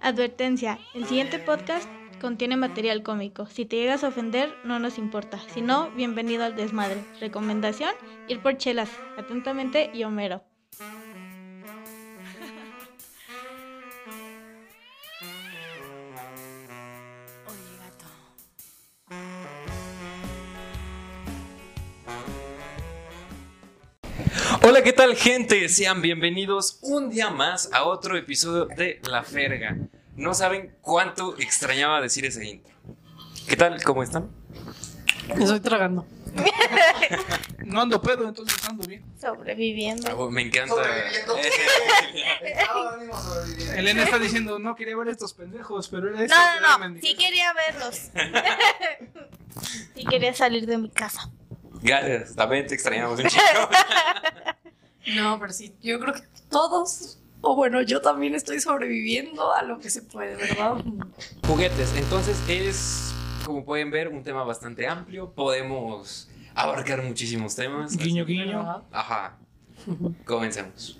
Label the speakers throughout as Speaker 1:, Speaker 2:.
Speaker 1: Advertencia, el siguiente podcast contiene material cómico. Si te llegas a ofender, no nos importa. Si no, bienvenido al desmadre. Recomendación, ir por chelas. Atentamente y Homero.
Speaker 2: Oye, gato.
Speaker 3: Hola, ¿qué tal, gente? Sean bienvenidos un día más a otro episodio de La Ferga. No saben cuánto extrañaba decir ese intro. ¿Qué tal? ¿Cómo están?
Speaker 4: Me estoy tragando.
Speaker 5: No ando pedo, entonces ando bien.
Speaker 1: Sobreviviendo.
Speaker 3: Ah, bueno, me encanta. Eh,
Speaker 6: Sobreviviendo.
Speaker 5: Elena está diciendo, no quería ver a estos pendejos, pero era
Speaker 2: No,
Speaker 5: eso. que era
Speaker 2: no, no.
Speaker 5: mendigar.
Speaker 2: Sí quería verlos.
Speaker 1: Si quería salir de mi casa.
Speaker 3: Gracias, también te extrañamos un chico.
Speaker 4: No, pero sí, yo creo que todos, o bueno, yo también estoy sobreviviendo a lo que se puede, ¿verdad?
Speaker 3: Juguetes, entonces es, como pueden ver, un tema bastante amplio. Podemos abarcar muchísimos temas.
Speaker 5: Guiño, guiño.
Speaker 4: ¿Verdad?
Speaker 3: Ajá, comencemos.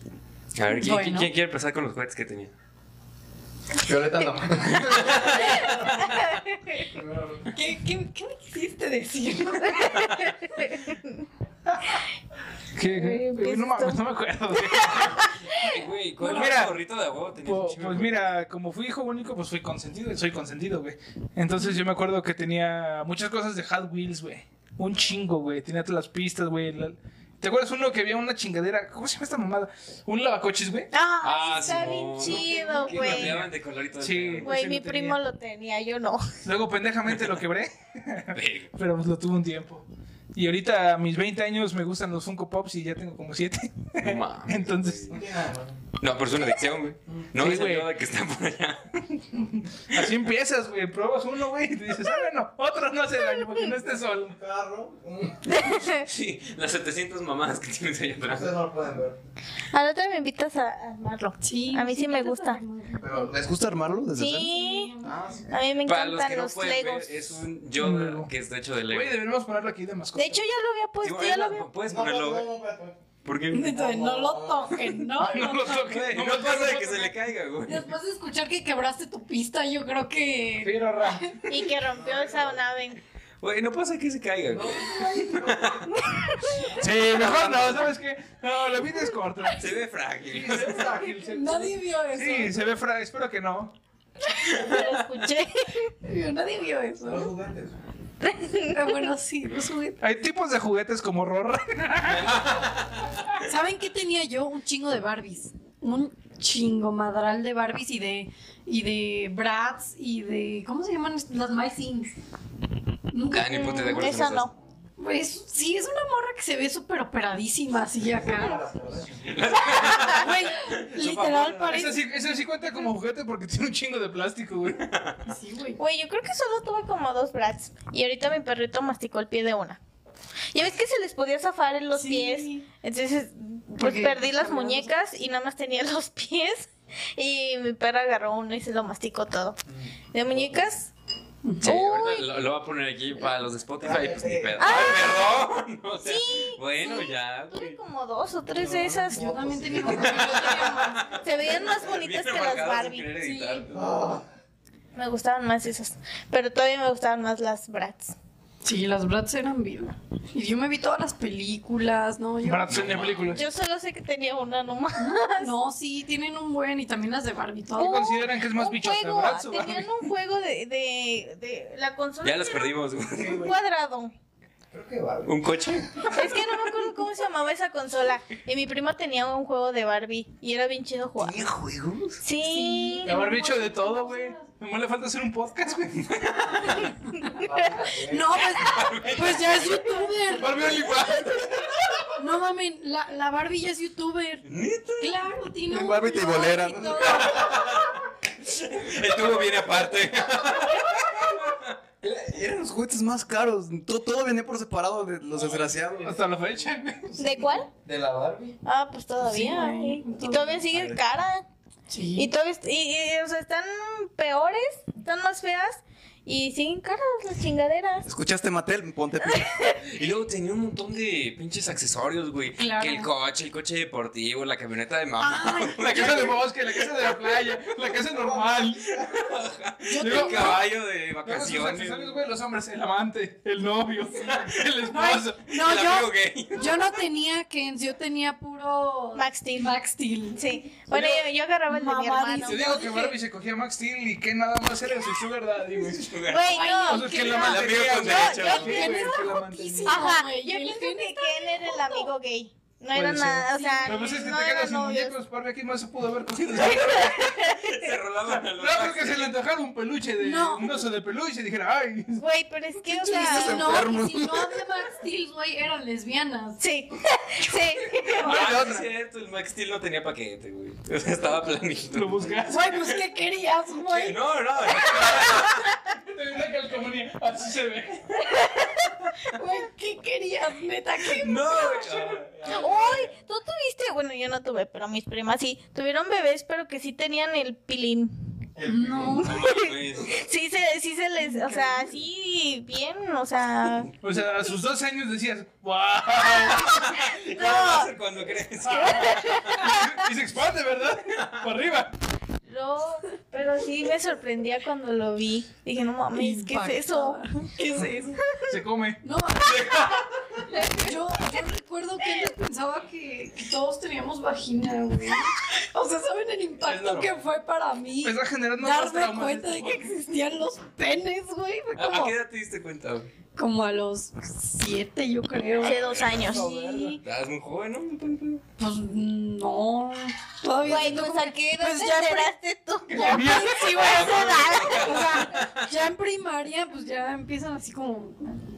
Speaker 3: A ver, ¿quién,
Speaker 4: Bueno.
Speaker 3: quién quiere empezar con los juguetes que tenía?
Speaker 6: Violeta no.
Speaker 4: ¿Qué, qué, qué me quisiste decir?
Speaker 5: ¿Qué? qué?
Speaker 1: Güey,
Speaker 5: No mames, no me acuerdo. güey.
Speaker 3: Ay, güey, ¿cuál
Speaker 5: Pues
Speaker 3: era
Speaker 5: mira,
Speaker 3: el gorrito de huevo? Tenías un
Speaker 5: Pues,
Speaker 3: chingo.
Speaker 5: pues mira, como fui hijo único, pues fui consentido y soy consentido, güey. Entonces yo me acuerdo que tenía muchas cosas de Hot Wheels, güey. Un chingo, güey. Tenía todas las pistas, güey. La- ¿Te acuerdas uno que había una chingadera? ¿Cómo se llama esta mamada? Un lavacoches, güey.
Speaker 2: Ah, está
Speaker 3: Simón.
Speaker 2: bien chido,
Speaker 3: Que
Speaker 2: güey.
Speaker 3: cambiaban de colorito.
Speaker 5: Sí.
Speaker 3: Sí.
Speaker 2: Güey,
Speaker 5: Ese
Speaker 2: mi
Speaker 5: lo tenía.
Speaker 2: primo lo tenía, yo no.
Speaker 5: Luego pendejamente lo quebré, pero pues lo tuve un tiempo. Y ahorita a mis 20 años me gustan los Funko Pops y ya tengo como 7.
Speaker 3: No mames,
Speaker 5: Entonces-
Speaker 3: güey. No, pero es una adicción, güey. No
Speaker 5: Sí,
Speaker 3: es
Speaker 5: güey.
Speaker 3: nada que está por allá.
Speaker 5: Así empiezas, güey. Pruebas uno, güey, y te dices, ah, bueno, otro no hace daño porque no estés solo.
Speaker 6: Carro.
Speaker 3: Sí, las 700 mamadas que tienes ahí atrás.
Speaker 6: Ustedes no lo pueden ver.
Speaker 1: A la otra me invitas a a armarlo.
Speaker 4: Sí.
Speaker 1: A mí sí me gusta.
Speaker 6: Pero, ¿les gusta armarlo desde
Speaker 1: Sí,
Speaker 6: cero? Ah, sí.
Speaker 1: a mí me
Speaker 3: Pues, Para los que
Speaker 1: encantan
Speaker 3: no
Speaker 1: los
Speaker 3: pueden ver,
Speaker 1: legos.
Speaker 3: es un
Speaker 5: Lego.
Speaker 3: Yoda que está hecho de Lego.
Speaker 5: Güey, deberíamos ponerlo aquí de mascota.
Speaker 1: De hecho, ya lo había
Speaker 2: pues,
Speaker 1: puesto,
Speaker 3: Digo,
Speaker 1: ya
Speaker 3: es
Speaker 1: lo
Speaker 3: la-
Speaker 1: había
Speaker 3: Puedes
Speaker 6: No,
Speaker 3: ponerlo,
Speaker 6: no,
Speaker 3: güey.
Speaker 6: no, espérate.
Speaker 3: Porque
Speaker 4: Entonces, no lo toquen, no,
Speaker 5: no lo toques.
Speaker 3: no pasa de que se le caiga, güey.
Speaker 4: Después de escuchar que quebraste tu pista, yo creo que.
Speaker 5: Pero Ram.
Speaker 1: Y que rompió esa nave.
Speaker 3: Güey, no pasa que se caiga, güey.
Speaker 5: Sí, mejor no, ¿sabes qué? No, la vida es corta.
Speaker 3: Se ve frágil.
Speaker 5: Se ve frágil, se-
Speaker 4: Nadie vio eso.
Speaker 5: Sí, se ve frágil, espero que no.
Speaker 1: Lo escuché.
Speaker 4: Vio, Nadie vio
Speaker 6: Los
Speaker 4: eso.
Speaker 6: juguetes.
Speaker 4: Ah, bueno, sí, los juguetes.
Speaker 5: Hay tipos de juguetes como Rorra.
Speaker 4: ¿Saben qué tenía yo? Un chingo de Barbies. Un chingo madral de Barbies y de. y de Bratz y de. ¿Cómo se llaman est- las My Things? Nunca.
Speaker 3: Ah, ni puta de acuerdo.
Speaker 1: Esa no.
Speaker 4: Pues, sí, es una morra que se ve súper operadísima así acá. Güey, literal
Speaker 5: Eso
Speaker 4: parece.
Speaker 5: sí, eso sí cuenta como juguete porque tiene un chingo de plástico, güey.
Speaker 4: Sí, güey.
Speaker 1: Güey, yo creo que solo tuve como dos brats. Y ahorita mi perrito masticó el pie de una. Ya ves que se les podía zafar en los
Speaker 4: Sí.
Speaker 1: pies. Entonces, pues
Speaker 4: Porque-
Speaker 1: perdí las muñecas y nada más tenía los pies. Y mi perra agarró uno y se lo masticó todo. De muñecas,
Speaker 3: Sí, ahorita lo, lo voy a poner aquí para los de Spotify, pues ni pedo. Ay, perdón. O sea, bueno, ya,
Speaker 1: tuve
Speaker 3: güey.
Speaker 1: como dos o tres de esas.
Speaker 4: Yo también tenía yo tenía más.
Speaker 1: Se veían más bonitas que las Barbie.
Speaker 6: Ah,
Speaker 1: Me gustaban más esas. Pero todavía me gustaban más las brats.
Speaker 4: Sí, las Bratz eran vida. Y yo me vi todas las películas, ¿no? Yo,
Speaker 5: Para en películas.
Speaker 1: Yo solo sé que tenía una nomás.
Speaker 4: No, sí, tienen un buen y también las de Barbie
Speaker 5: ¿Qué
Speaker 4: todas.
Speaker 5: consideran que es más
Speaker 1: un
Speaker 5: bicho?
Speaker 1: juego,
Speaker 5: ¿Bratz o
Speaker 1: tenían
Speaker 5: Barbie?
Speaker 1: un juego de, de, de la consola.
Speaker 3: Ya las perdimos, güey.
Speaker 1: era Un cuadrado.
Speaker 6: Creo que va.
Speaker 3: ¿Un coche?
Speaker 1: Es que no me acuerdo cómo se llamaba esa consola. Y mi prima tenía un juego de Barbie y era bien chido jugar.
Speaker 6: juegos?
Speaker 1: Sí.
Speaker 5: De haber dicho de todo, güey. Nomás le falta hacer un podcast, güey.
Speaker 4: No, pues, pues ya es youtuber.
Speaker 5: Barbie OnlyFans.
Speaker 4: No mamen, la, la Barbie ya es youtuber. Claro, tiene un
Speaker 6: Barbie
Speaker 4: blog
Speaker 6: tibolera.
Speaker 4: y todo.
Speaker 3: El tubo viene aparte.
Speaker 6: Eran los juguetes más caros. Todo, todo venía por separado de los desgraciados.
Speaker 5: Hasta la fecha, güey.
Speaker 1: ¿De cuál?
Speaker 6: ¿De la Barbie?
Speaker 1: Ah, pues todavía.
Speaker 4: Sí,
Speaker 1: eh.
Speaker 4: güey.
Speaker 1: y todavía sigue cara.
Speaker 4: Sí.
Speaker 1: Y todavía est- y, y, o sea, están peores, están más feas.
Speaker 7: Y siguen caras las chingaderas.
Speaker 6: ¿Escuchaste, Mattel? Ponte pila.
Speaker 3: Y luego tenía un montón de pinches accesorios, güey.
Speaker 4: Claro.
Speaker 3: Que el coche, el coche deportivo, la camioneta de mamá.
Speaker 4: Ay,
Speaker 5: La casa de bosque, la casa de la playa, la casa normal.
Speaker 3: el caballo de
Speaker 5: Luego sus
Speaker 3: vacaciones.
Speaker 5: accesorios, güey, los hombres, el amante, el novio, el esposo.
Speaker 4: no,
Speaker 3: el amigo
Speaker 4: yo,
Speaker 3: gay.
Speaker 4: yo no tenía Kens, yo tenía puro
Speaker 2: Max Steel.
Speaker 4: Max Steel.
Speaker 2: Sí. Bueno, yo, yo agarraba el de mi
Speaker 4: Mamá
Speaker 2: hermano.
Speaker 5: Te digo que Barbie se cogía a Max Steel y que nada más era su sugar daddy, güey.
Speaker 2: Güey, no.
Speaker 5: O sea, que el amante
Speaker 3: amigo
Speaker 5: gay,
Speaker 3: con
Speaker 5: güey,
Speaker 3: derecho,
Speaker 5: sí,
Speaker 3: ¿no?
Speaker 5: güey,
Speaker 4: Ken era
Speaker 5: que el amante
Speaker 4: guapísimo,
Speaker 5: gay.
Speaker 2: Ajá,
Speaker 4: güey,
Speaker 2: yo
Speaker 4: el
Speaker 2: pienso
Speaker 4: Ken
Speaker 2: que, que él era el amigo gay. No
Speaker 5: Puede
Speaker 2: era
Speaker 5: ser.
Speaker 2: nada, o sea,
Speaker 5: Pero pues es que
Speaker 2: no
Speaker 5: te
Speaker 2: eran
Speaker 5: quedas sin
Speaker 2: novios.
Speaker 5: muñecos, Barbie, ¿qué más se pudo haber cogido?
Speaker 3: Se rolaban a los
Speaker 5: No, porque se le antojara un peluche de
Speaker 4: No.
Speaker 5: un oso de peluche y dijera, ay,
Speaker 2: Güey, pero es que, o
Speaker 4: Y si
Speaker 2: sea,
Speaker 4: no,
Speaker 6: enfermo.
Speaker 4: y si no había Max Steel, güey, eran lesbianas.
Speaker 2: sí, sí.
Speaker 5: hay
Speaker 3: Ah,
Speaker 5: de
Speaker 3: sí, es
Speaker 5: otra.
Speaker 3: cierto, el Max Steel no tenía paquete, güey. O sea, estaba planito.
Speaker 5: Lo buscas.
Speaker 4: Güey, pues, ¿qué querías,
Speaker 3: Sí,
Speaker 4: güey?
Speaker 3: No, no.
Speaker 5: Te una calcomanía, así se ve.
Speaker 4: Güey, ¿qué querías, neta? ¿Qué?
Speaker 3: No,
Speaker 2: Uy, tú tuviste, bueno, yo no tuve, pero mis primas sí, tuvieron bebés, pero que sí tenían el pilín.
Speaker 4: No.
Speaker 3: güey.
Speaker 2: Sí se, sí se les, o sea, sí, bien, o sea,
Speaker 5: O sea, a sus 12 años decías, wow.
Speaker 3: ¿Qué vas a hacer cuando crees?
Speaker 5: Y se expande, ¿verdad? Para arriba.
Speaker 2: no, pero sí me sorprendía cuando lo vi. Dije, no mames, ¿qué es eso?
Speaker 4: ¿Qué es eso?
Speaker 5: Se come.
Speaker 4: No, yo, yo recuerdo que antes pensaba que, que todos teníamos vagina, güey. O sea, ¿saben el impacto que fue para mí?
Speaker 5: Está generando más
Speaker 4: Darme
Speaker 5: traumas. Ah,
Speaker 4: cuenta de que existían los penes, güey. Fue
Speaker 3: ¿A a
Speaker 4: como,
Speaker 3: qué edad te diste cuenta, güey?
Speaker 4: como a los siete, yo creo.
Speaker 2: Hace dos años.
Speaker 4: Sí,
Speaker 3: Estabas muy joven, ¿no?
Speaker 4: pues no. Todavía.
Speaker 7: Güey,
Speaker 4: siento
Speaker 7: pues
Speaker 4: como-
Speaker 7: a qué edad
Speaker 4: Pues
Speaker 7: te
Speaker 4: ya,
Speaker 7: enteraste tú.
Speaker 4: Sí, güey, a esa edad. O sea, ya en primaria, pues ya empiezan así como.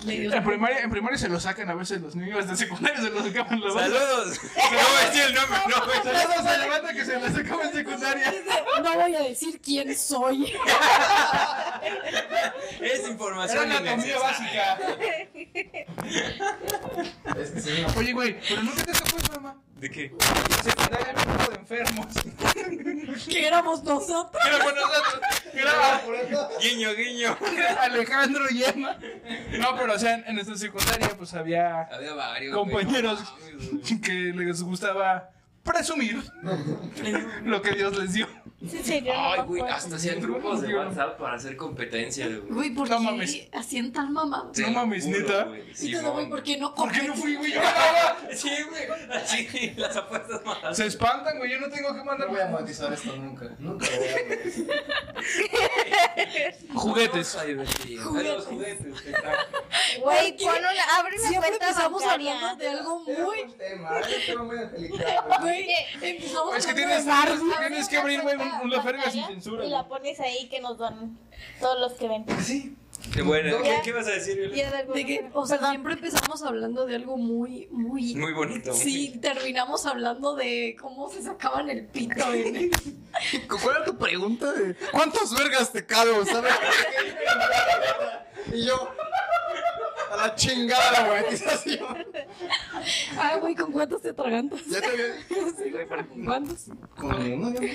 Speaker 4: medios-
Speaker 5: En primaria, en primaria se lo sacan a veces los niños, hasta en secundaria se lo sacaban los
Speaker 3: Saludos. No voy a decir el nombre, no voy a decir-
Speaker 5: Saludos a la banda que se lo sacaba en secundaria.
Speaker 4: No voy a decir quién soy.
Speaker 3: Es
Speaker 5: Era
Speaker 3: información
Speaker 5: anatomía
Speaker 3: innecesaria.
Speaker 5: básica. Oye, güey, pero nunca te tocó eso, mamá.
Speaker 3: ¿De qué?
Speaker 5: Secundaria había un grupo de enfermos.
Speaker 4: Que éramos nosotros.
Speaker 5: Era con nosotros. Era por eso.
Speaker 3: Guiño, guiño.
Speaker 5: Alejandro y Emma. No, pero o sea, en, en nuestra secundaria pues había
Speaker 3: Había varios. güey.
Speaker 5: compañeros
Speaker 3: No mames, güey.
Speaker 5: que les gustaba presumir lo que Dios les dio.
Speaker 2: Sí, sí, yo no
Speaker 3: Ay,
Speaker 2: me
Speaker 3: güey,
Speaker 2: acuerdo.
Speaker 3: hasta hacían grupos de WhatsApp para hacer competencia, güey.
Speaker 4: Güey, ¿por
Speaker 5: No
Speaker 4: qué
Speaker 5: mames.
Speaker 4: hacían tal mamá?
Speaker 3: Te
Speaker 5: no
Speaker 3: lo
Speaker 5: mames,
Speaker 3: juro,
Speaker 5: ¿neta?
Speaker 3: güey.
Speaker 4: Y todo, güey,
Speaker 3: Simón.
Speaker 4: ¿por qué no
Speaker 5: ¿Por qué no
Speaker 4: competí?
Speaker 5: fui, güey? Yo ganaba.
Speaker 3: Sí, güey. Así, las apuestas malas.
Speaker 5: Se espantan, güey. Yo no tengo que mandar
Speaker 6: matizar esto nunca. Nunca voy a matizar.
Speaker 5: juguetes.
Speaker 3: Ay, güey. Ay, los juguetes. que están-
Speaker 7: Güey, pon una, abre una
Speaker 4: Siempre
Speaker 7: cuenta
Speaker 4: empezamos
Speaker 7: bancaria.
Speaker 4: hablando de algo muy.
Speaker 6: tema, tema muy delicado.
Speaker 4: Güey, empezamos
Speaker 5: Es que
Speaker 4: hablando de
Speaker 5: tienes,
Speaker 4: Barbie.
Speaker 5: tienes que abrir, güey, un, un la ferga sin
Speaker 7: Bancaria,
Speaker 5: censura.
Speaker 7: Y
Speaker 5: güey.
Speaker 7: la pones ahí que nos dan todos los que ven.
Speaker 6: Sí.
Speaker 3: Qué buena. ¿Qué,
Speaker 7: Ya.
Speaker 3: qué vas a decir, Violeta?
Speaker 7: Ya de alguna
Speaker 4: De que,
Speaker 7: manera.
Speaker 4: o sea, siempre empezamos hablando de algo muy, muy.
Speaker 3: Muy bonito. güey.
Speaker 4: Sí, terminamos hablando de cómo se sacaban el pito. en-
Speaker 6: ¿Cuál era tu pregunta? De, ¿Cuántos vergas te cago? ¿Sabes? y yo. A la chingada la monetización.
Speaker 4: Ay, Ah, güey, ¿con cuántos te atragantas?
Speaker 6: Ya te había.
Speaker 4: Sí, güey, pero ¿con cuántos?
Speaker 6: Con uno, yo.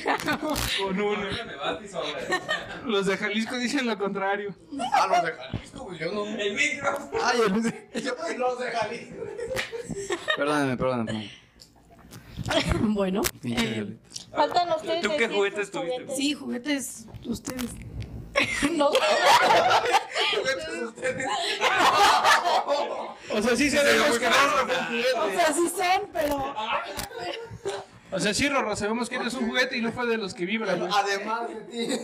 Speaker 5: Con uno.
Speaker 3: Me vas y sobra.
Speaker 5: Los de Jalisco dicen lo contrario.
Speaker 6: Ah, los de Jalisco, güey, yo no.
Speaker 3: El micro.
Speaker 6: Ay, el Yo los de Jalisco. Perdóname, perdóname.
Speaker 4: Bueno, eh,
Speaker 7: Ah, Faltan ustedes.
Speaker 3: ¿Tú qué
Speaker 7: decir
Speaker 3: juguetes
Speaker 7: sus
Speaker 3: tuviste?
Speaker 7: juguetes.
Speaker 4: sí, juguetes, ustedes. No,
Speaker 5: O sea, sí se
Speaker 6: sabemos que
Speaker 4: o sea, sí son, pero.
Speaker 5: O sea, sí, Rorro, sabemos que eres un juguete y no fue de los que vibran. güey.
Speaker 6: Además de ti.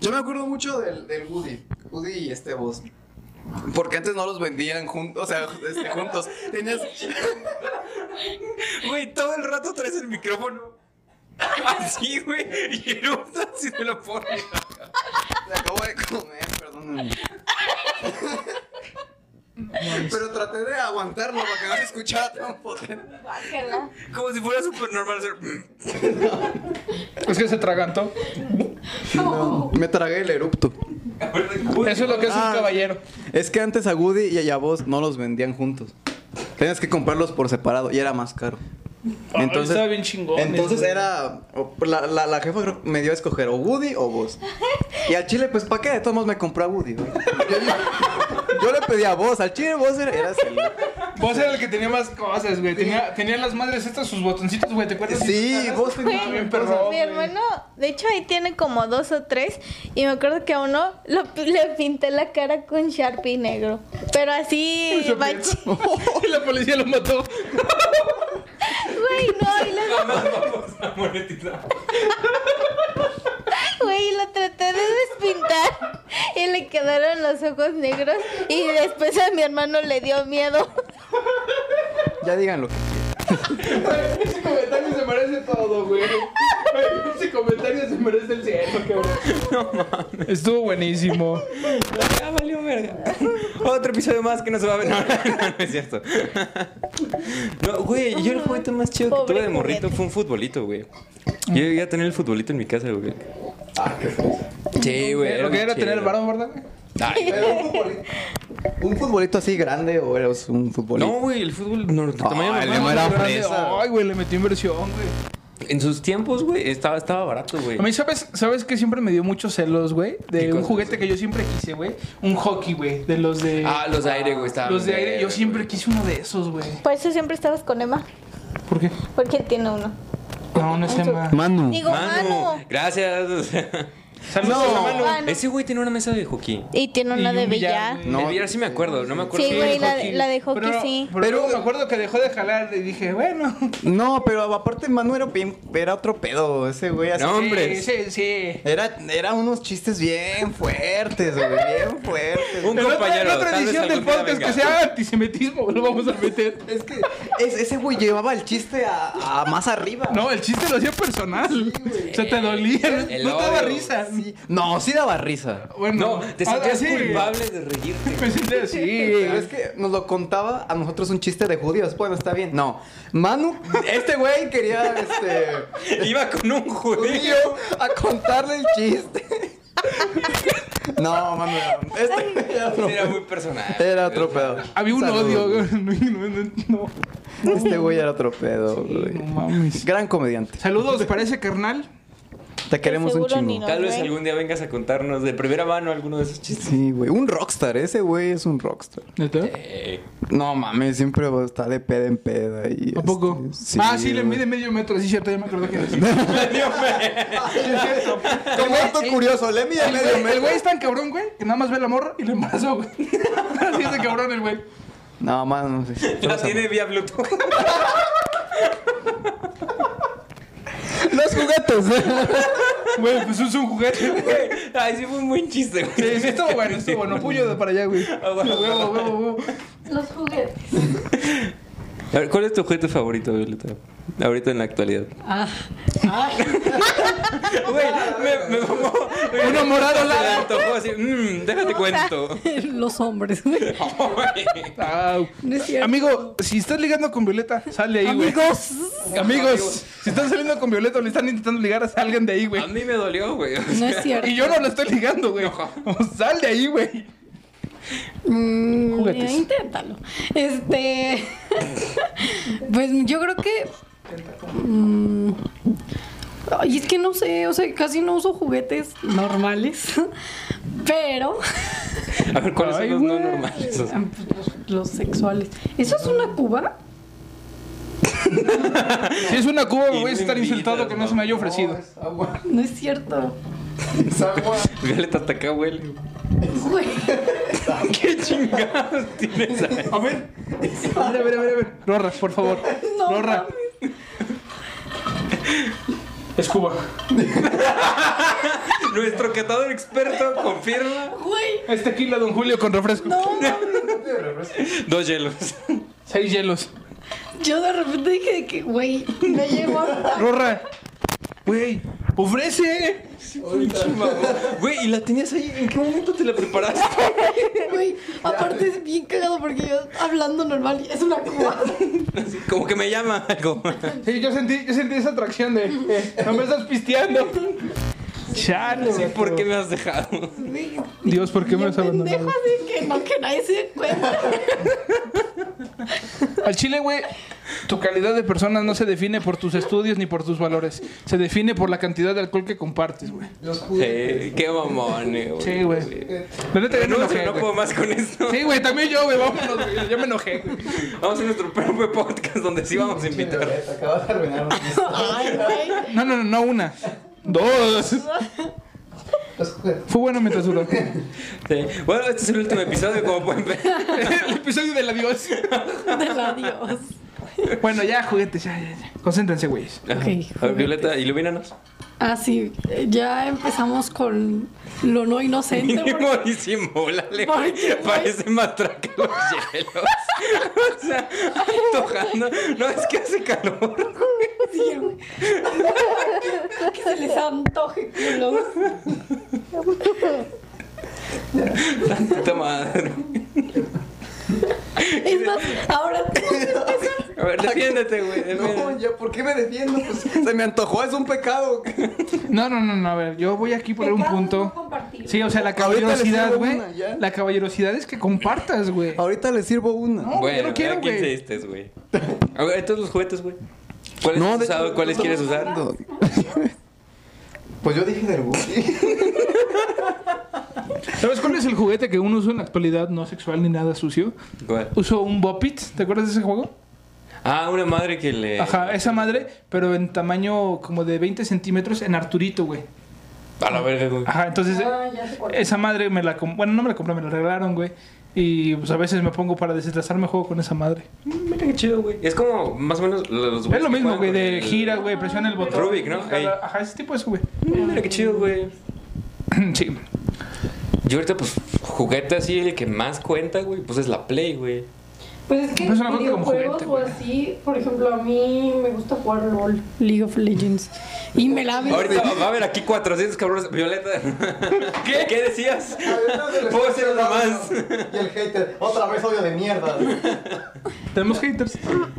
Speaker 6: Yo me acuerdo mucho del, del Woody. Woody y este boss. Porque antes no los vendían juntos, o sea, este, juntos. Tenías.
Speaker 3: Güey, todo el rato traes el micrófono. Así, güey. Y eruptas si te lo pones.
Speaker 6: Le acabo de comer, perdóname. Pero traté de aguantarlo para que no se escuchara tan potente.
Speaker 3: Como si fuera súper normal. hacer-
Speaker 5: Es que se tragantó.
Speaker 6: No, me tragué el erupto.
Speaker 5: Eso es lo que hace
Speaker 6: Ah.
Speaker 5: un caballero.
Speaker 6: Es que antes a Woody y a Vos no los vendían juntos. Tenías que comprarlos por separado y era más caro.
Speaker 5: Ay,
Speaker 6: Entonces,
Speaker 5: estaba bien chingón.
Speaker 6: entonces
Speaker 5: güey.
Speaker 6: era. o- La, la, la jefa creo que me dio a escoger o Woody o vos. Y al chile, pues, ¿para qué? De todos modos me compró a Woody, güey. Yo, yo- yo le pedí a vos. Al chile, vos era- eras el-
Speaker 5: Vos era el que tenía más cosas, güey. Tenía, tenía las madres estas, sus botoncitos, güey. ¿Te acuerdas?
Speaker 6: Sí, vos tenías.
Speaker 5: Ah, bien perro,
Speaker 7: Mi
Speaker 5: güey.
Speaker 7: hermano, de hecho ahí tiene como dos o tres y me acuerdo que a uno lo- le pinté la cara con Sharpie negro, pero así
Speaker 5: Eso
Speaker 7: machi-
Speaker 5: pienso. la policía lo mató.
Speaker 7: Güey, no, y luego,
Speaker 3: Vamos a monetizar.
Speaker 7: güey, lo traté de despintar y le quedaron los ojos negros y después a mi hermano le dio miedo.
Speaker 6: Ya díganlo.
Speaker 5: Ese comentario se merece todo, güey. Ese comentario se merece el cielo, cabrón. No mames. Estuvo buenísimo.
Speaker 3: Ya valió verga. Otro episodio más que no se va a ver. No, no, no, no es cierto. No, güey, yo el juguete más chido que
Speaker 7: Pobre
Speaker 3: tuve de morrito fue un futbolito, güey. Yo llegué a tener el futbolito en mi casa, güey. Sí, güey.
Speaker 5: Lo que
Speaker 3: muy
Speaker 5: era
Speaker 3: chido.
Speaker 5: tener varón, ¿verdad? güey?
Speaker 3: Ay,
Speaker 6: Pero un futbolito, un futbolito así grande o eras un futbolito.
Speaker 3: No, güey, el fútbol no, de
Speaker 6: Ah,
Speaker 3: tamaño
Speaker 6: el
Speaker 3: normal.
Speaker 6: mío era fresa.
Speaker 5: Ay, güey, le metió inversión, güey.
Speaker 3: En sus tiempos, güey, estaba, estaba barato, güey.
Speaker 5: A mí, ¿sabes, ¿sabes que siempre me dio muchos celos, güey?
Speaker 3: ¿Qué
Speaker 5: De un
Speaker 3: cosa?
Speaker 5: juguete que yo siempre quise, güey. Un hockey, güey. De los de.
Speaker 3: Ah, los de aire, güey, estaban.
Speaker 5: los de aire. Yo
Speaker 3: güey.
Speaker 5: siempre quise uno de esos, güey.
Speaker 7: Por eso siempre estabas con Emma,
Speaker 5: ¿Por qué?
Speaker 7: porque él tiene uno.
Speaker 5: No, no es tema.
Speaker 6: Manu.
Speaker 7: Digo,
Speaker 3: Mano,
Speaker 7: Manu.
Speaker 3: gracias. o sea.
Speaker 5: Saludos a la mano.
Speaker 7: Manu.
Speaker 3: Ese güey tenía una mesa de hockey.
Speaker 7: Y tiene una
Speaker 5: Y
Speaker 7: de
Speaker 5: un
Speaker 7: billar.
Speaker 5: billar,
Speaker 6: No.
Speaker 3: No, sí me acuerdo, no me acuerdo.
Speaker 7: Sí,
Speaker 3: quién
Speaker 7: güey,
Speaker 3: era.
Speaker 7: la, la de hockey
Speaker 5: Pero,
Speaker 7: sí.
Speaker 5: pero,
Speaker 6: Pero-
Speaker 5: me acuerdo que dejó de jalar y dije, bueno.
Speaker 6: No, pero aparte Manu era, bien- era otro pedo, ese güey así.
Speaker 3: No, hombre.
Speaker 5: Sí, sí, sí.
Speaker 6: Era, era unos chistes bien fuertes, güey, bien fuertes.
Speaker 3: Un
Speaker 5: En otra-
Speaker 3: compañero.
Speaker 5: en otra
Speaker 3: tal vez
Speaker 5: edición del
Speaker 3: algún día
Speaker 5: podcast que
Speaker 3: venga.
Speaker 5: sea antisemitismo, lo vamos a meter.
Speaker 6: Es que es- ese güey llevaba el chiste a, a más arriba.
Speaker 5: No, el chiste lo hacía personal. o sea, te dolía. no-
Speaker 3: El
Speaker 5: No te daba
Speaker 3: odio.
Speaker 5: risa.
Speaker 6: Sí. No, sí daba risa.
Speaker 5: Bueno,
Speaker 3: No, te
Speaker 5: ahora
Speaker 3: sentías
Speaker 5: Ah, sí.
Speaker 3: culpable de reírte.
Speaker 5: Me sentía así.
Speaker 6: Pero es que nos lo contaba a nosotros un chiste de judíos. Bueno, está bien. No. Manu, este güey quería este
Speaker 3: Iba con un
Speaker 6: judío
Speaker 3: judío.
Speaker 6: a contarle el chiste. No, Manu, era- este era otro
Speaker 3: Era
Speaker 6: pedo.
Speaker 3: muy personal.
Speaker 6: Era otro pedo.
Speaker 5: Había un
Speaker 6: Saludos.
Speaker 5: odio. No, no, no, no.
Speaker 6: Este güey era otro pedo, güey.
Speaker 5: No mames.
Speaker 6: Gran comediante.
Speaker 5: Saludos para ese carnal.
Speaker 6: Te queremos un
Speaker 7: seguro
Speaker 6: chingo.
Speaker 7: ni no.
Speaker 3: Tal vez
Speaker 7: güey.
Speaker 3: algún día vengas a contarnos de primera mano alguno de esos chistes.
Speaker 6: Sí, güey. Un rockstar. Ese güey es un rockstar.
Speaker 3: Eh,
Speaker 6: No mames, siempre va a estar de peda en peda. Y,
Speaker 5: ¿A poco?
Speaker 6: este,
Speaker 5: ah, sí, le
Speaker 6: güey.
Speaker 5: mide medio metro. Sí, cierto, ya me acuerdo que era así.
Speaker 6: Como dato curioso, le mide
Speaker 5: El
Speaker 6: medio
Speaker 5: güey, el
Speaker 6: metro.
Speaker 5: güey es tan cabrón, güey, que nada más ve la morra y le embarazó, güey. Así es de cabrón el güey.
Speaker 6: No, man, no sé.
Speaker 3: La tiene vía Bluetooth.
Speaker 6: Los juguetes. ¿eh?
Speaker 5: Güey, pues es un juguete, güey.
Speaker 3: Ay, sí fue un buen chiste, güey.
Speaker 5: Sí, sí, estuvo bueno, estuvo bueno. Puño de para allá, güey.
Speaker 3: Ah, bueno.
Speaker 5: Huevo, huevo, huevo.
Speaker 4: Los juguetes.
Speaker 3: A ver, ¿cuál es tu objeto favorito, Violeta? Ahorita en la actualidad.
Speaker 4: Ah,
Speaker 3: Güey, me, me pongo. Una morada la. Me antojó así. Mmm, déjate cuento.
Speaker 4: los hombres, güey.
Speaker 5: Au.
Speaker 4: No es cierto.
Speaker 5: Amigo, si estás ligando con Violeta, sal de ahí, güey.
Speaker 4: Amigos.
Speaker 5: Amigos, si están saliendo con Violeta o le están intentando ligar, salgan de ahí, güey.
Speaker 3: A mí me dolió, güey. O
Speaker 4: No
Speaker 3: sea,
Speaker 4: es cierto.
Speaker 5: Y yo no la estoy ligando, güey. Sal de ahí, güey.
Speaker 4: Mm,
Speaker 5: Juguetes.
Speaker 4: Inténtalo. Este. pues yo creo que. Mm, ay, es que no sé, o sea, casi no uso juguetes normales. Pero.
Speaker 3: A ver, ¿cuáles son
Speaker 5: Ay,
Speaker 3: los no
Speaker 5: güey.
Speaker 3: normales? O sea,
Speaker 4: Ah, pues, los, los sexuales. ¿Eso es una cuba?
Speaker 5: Si es una cuba, me
Speaker 3: Y
Speaker 5: voy a
Speaker 3: no
Speaker 5: estar
Speaker 3: invitas,
Speaker 5: insultado que no
Speaker 3: ¿no?
Speaker 5: se me haya ofrecido.
Speaker 4: No es cierto.
Speaker 3: Violeta hasta acá huele.
Speaker 4: Güey,
Speaker 3: ¿Qué chingados tienes ahí?
Speaker 5: A ver, a ver, a ver, a ver, a ver. Rorra, por favor.
Speaker 4: No
Speaker 5: Rorra. Es Cuba.
Speaker 3: Nuestro catador experto confirma
Speaker 4: güey.
Speaker 5: Es tequila Este Don Julio con refresco.
Speaker 4: No, mames.
Speaker 3: dos hielos.
Speaker 5: Seis hielos.
Speaker 4: yo de repente dije de que, güey, no llegó a.
Speaker 5: Rorra. Güey, ofrece.
Speaker 3: Güey, ¿y la tenías ahí? ¿En qué momento te la preparaste?
Speaker 4: Güey, aparte es bien cagado porque yo hablando normal, es una cuba.
Speaker 3: Así, Como que me llama algo.
Speaker 5: Sí, yo sentí, yo sentí esa atracción de. eh, no me estás pisteando. Chale.
Speaker 3: Sí, ¿por qué me has dejado?
Speaker 5: Dios, ¿por qué me
Speaker 4: Bien
Speaker 5: has abandonado?
Speaker 4: pendejo, así que no, que nadie se dé cuenta.
Speaker 5: Al chile, güey, Tu calidad de persona no se define por tus estudios ni por tus valores. Se define por la cantidad de alcohol que compartes, güey.
Speaker 3: Eh, qué mamón, eh, güey.
Speaker 5: Sí, güey. La neta, ya me
Speaker 3: No,
Speaker 5: enojé,
Speaker 3: no
Speaker 5: güey.
Speaker 3: puedo más con esto.
Speaker 5: Sí, güey, también yo, güey. Vámonos, güey. Ya me enojé, güey.
Speaker 3: Vamos a nuestro propio podcast donde sí vamos a invitar.
Speaker 6: Acabas de arruinar una fiesta.
Speaker 5: No, no, no, no una. Dos.
Speaker 6: Los juguetes.
Speaker 5: Fue bueno mientras duró.
Speaker 3: Sí. Bueno, este es el último episodio, como pueden ver.
Speaker 5: El episodio del adiós.
Speaker 4: Del adiós.
Speaker 5: Bueno, ya, juguetes, ya, ya, ya. Concéntrense, güeyes.
Speaker 3: A ver, Violeta, ilumínanos.
Speaker 4: Ah, sí, ya empezamos con lo no inocente.
Speaker 3: Mínimo
Speaker 4: Este porque-
Speaker 3: disimúlale.
Speaker 4: ¿Por qué, güey?
Speaker 3: Parece matraca los hielos. O sea, antojando. No, es que hace calor.
Speaker 4: Sí, güey. que se les antoje, culos.
Speaker 3: Tanta madre.
Speaker 4: Es más, ahora tú empiezas-
Speaker 3: A ver, defiéndete, güey.
Speaker 6: No,
Speaker 3: defiéndete.
Speaker 6: ya, ¿por qué me defiendo? Pues, se me antojó, es un pecado.
Speaker 5: No, no, no, no, a ver, yo voy aquí por un
Speaker 4: Pecado no
Speaker 5: punto.
Speaker 4: compartido.
Speaker 5: Sí, o sea, la
Speaker 6: Ahorita les
Speaker 5: caballerosidad,
Speaker 6: sirvo
Speaker 5: güey.
Speaker 6: una, ya.
Speaker 5: La caballerosidad es que compartas, güey.
Speaker 6: Ahorita le sirvo una.
Speaker 5: No, yo no quiero,
Speaker 3: ¿a quién
Speaker 5: güey.
Speaker 3: se diste, güey? A ver, estos los juguetes, güey. ¿Cuáles has
Speaker 6: de
Speaker 3: usado?
Speaker 6: hecho,
Speaker 3: ¿Cuáles
Speaker 6: no
Speaker 3: quieres
Speaker 6: estamos
Speaker 3: usar?
Speaker 6: hablando. Pues yo dije del Woody.
Speaker 5: ¿Sabes cuál es el juguete que uno usa en la actualidad, no sexual ni nada sucio?
Speaker 3: ¿Cuál?
Speaker 5: Uso un Bopit, ¿te acuerdas de ese juego?
Speaker 3: Ah, una madre que le.
Speaker 5: Ajá, esa madre, pero en tamaño como de 20 centímetros en Arturito, güey.
Speaker 3: A la verga, güey.
Speaker 5: Ajá, entonces
Speaker 4: Ah, ya sé cuál.
Speaker 5: esa madre me la... com- Bueno, no me la compré, me la regalaron, güey. Y pues a veces me pongo para desenlazarme juego con esa madre.
Speaker 3: Mira qué chido, güey. Es como más o menos los
Speaker 5: Es lo mismo,
Speaker 3: que juegan
Speaker 5: güey,
Speaker 3: con
Speaker 5: de
Speaker 3: el-
Speaker 5: gira, güey, presiona el botón.
Speaker 3: Rubik, ¿no? Ahí.
Speaker 5: Ajá, ese tipo es, güey.
Speaker 3: Mira qué chido, güey.
Speaker 5: Sí.
Speaker 3: Yo ahorita, pues, juguete así, el que más cuenta, güey, pues es la Play, güey.
Speaker 4: Pues es que
Speaker 5: Pero es una cosa como
Speaker 4: videojuegos
Speaker 5: juguete,
Speaker 4: o
Speaker 5: güey.
Speaker 4: así, por ejemplo, a mí me gusta jugar LOL, League of Legends. Y me la
Speaker 3: Ahorita va a haber aquí 400 cabrones. Violeta, ¿qué? ¿Qué decías? Puedo hacer uno más.
Speaker 6: Y el hater, otra vez odio de mierda.
Speaker 5: Tenemos haters.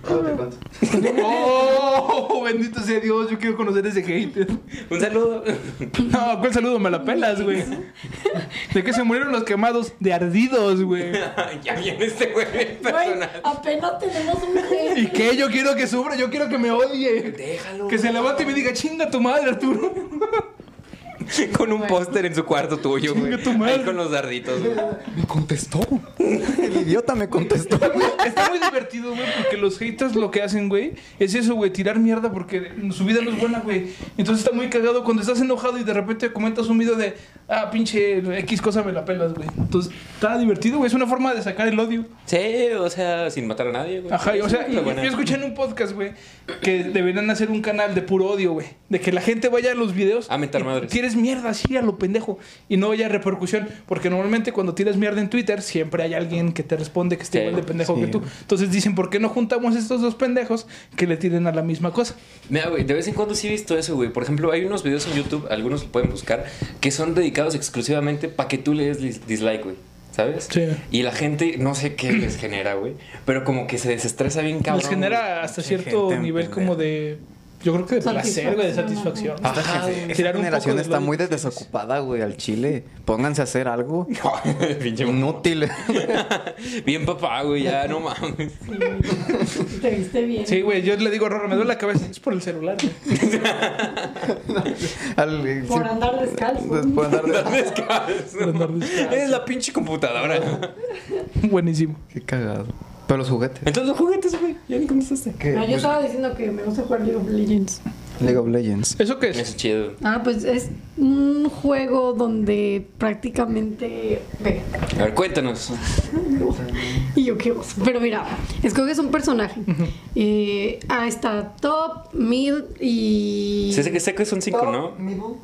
Speaker 6: Ahora te cuento.
Speaker 5: ¡Oh! Bendito sea Dios, yo quiero conocer ese hater.
Speaker 3: Un saludo.
Speaker 5: No, ¿cuál saludo? Me la pelas, güey. ¿De qué se murieron los quemados? De ardidos, güey.
Speaker 3: ya viene este güey bien
Speaker 4: Güey,
Speaker 3: personal.
Speaker 4: apenas tenemos un
Speaker 5: ¿Y
Speaker 4: jefe.
Speaker 5: qué? Yo quiero que sufra, yo quiero que me odie.
Speaker 3: Déjalo.
Speaker 5: Que se levante y me diga, chinga tu madre, Arturo.
Speaker 3: Con un póster en su cuarto tuyo, güey.
Speaker 5: Chinga tu madre.
Speaker 3: Ahí con los darditos, güey.
Speaker 6: Me contestó. El idiota me contestó.
Speaker 5: Está muy divertido, güey, porque los haters lo que hacen, güey, es eso, güey, tirar mierda porque su vida no es buena, güey. Entonces está muy cagado cuando estás enojado y de repente comentas un video de, ah, pinche X cosa me la pelas, güey. Entonces está divertido, güey, es una forma de sacar el odio.
Speaker 3: Sí, o sea, sin matar a nadie, güey.
Speaker 5: Ajá, y, o sea,
Speaker 3: Está
Speaker 5: y- yo
Speaker 3: buena.
Speaker 5: escuché en un podcast, güey, que deberían hacer un canal de puro odio, güey. De que la gente vaya a los videos.
Speaker 3: A mentar
Speaker 5: y
Speaker 3: madres.
Speaker 5: Tires mierda así a lo pendejo y no haya repercusión. Porque normalmente cuando tiras mierda en Twitter, siempre hay alguien que te responde que está
Speaker 3: Sí,
Speaker 5: igual de pendejo
Speaker 6: sí.
Speaker 5: que tú. Entonces dicen, ¿por qué no juntamos estos dos pendejos que le tiren a la misma cosa?
Speaker 3: Mira, güey, de vez en cuando sí he visto eso, güey. Por ejemplo, hay unos videos en YouTube, algunos lo pueden buscar, que son dedicados exclusivamente para que tú le des dis- dislike, güey. ¿Sabes?
Speaker 5: Sí.
Speaker 3: Y la gente, no sé qué les genera, güey. Pero como que se desestresa bien cabrón.
Speaker 5: Les genera
Speaker 3: güey.
Speaker 5: hasta
Speaker 6: mucha
Speaker 5: cierto
Speaker 6: gente
Speaker 5: nivel
Speaker 6: pendeja.
Speaker 5: como de. Yo creo que de placer, güey, de
Speaker 4: Satisfacción,
Speaker 5: satisfacción.
Speaker 3: Ajá,
Speaker 6: Esta
Speaker 3: güey.
Speaker 5: Tirar un
Speaker 6: generación
Speaker 5: poco de
Speaker 6: está
Speaker 5: lo-
Speaker 6: muy desocupada, güey, al chile. Pónganse a hacer algo
Speaker 3: Pinche mamón.
Speaker 6: inútil.
Speaker 3: Bien papá, güey, ya no mames.
Speaker 4: Te viste bien.
Speaker 5: Sí, güey, yo le digo, Rorra, me duele la cabeza. Es por el celular, güey.
Speaker 6: Al- eh,
Speaker 4: Por
Speaker 6: sí,
Speaker 4: andar descalzo.
Speaker 6: pues, por andar de-
Speaker 3: Andar descalzo.
Speaker 5: Andar descalzo.
Speaker 3: Eres la pinche computadora.
Speaker 5: Buenísimo.
Speaker 6: Qué cagado. Pero los juguetes.
Speaker 3: Entonces los juguetes, güey. Ya ni contestaste.
Speaker 6: ¿Qué?
Speaker 4: No, yo
Speaker 6: Pues,
Speaker 4: estaba diciendo que me gusta jugar League of Legends.
Speaker 6: League of Legends.
Speaker 5: ¿Eso qué
Speaker 3: Eso
Speaker 5: es?
Speaker 3: es chido.
Speaker 4: Ah, pues es un juego donde prácticamente... Ve,
Speaker 3: A ver, cuéntanos.
Speaker 4: Y yo qué oso. Pero mira, escoges un personaje. Eh, ah, está top, mid y...
Speaker 3: Sé que sé que son cinco, ¿no?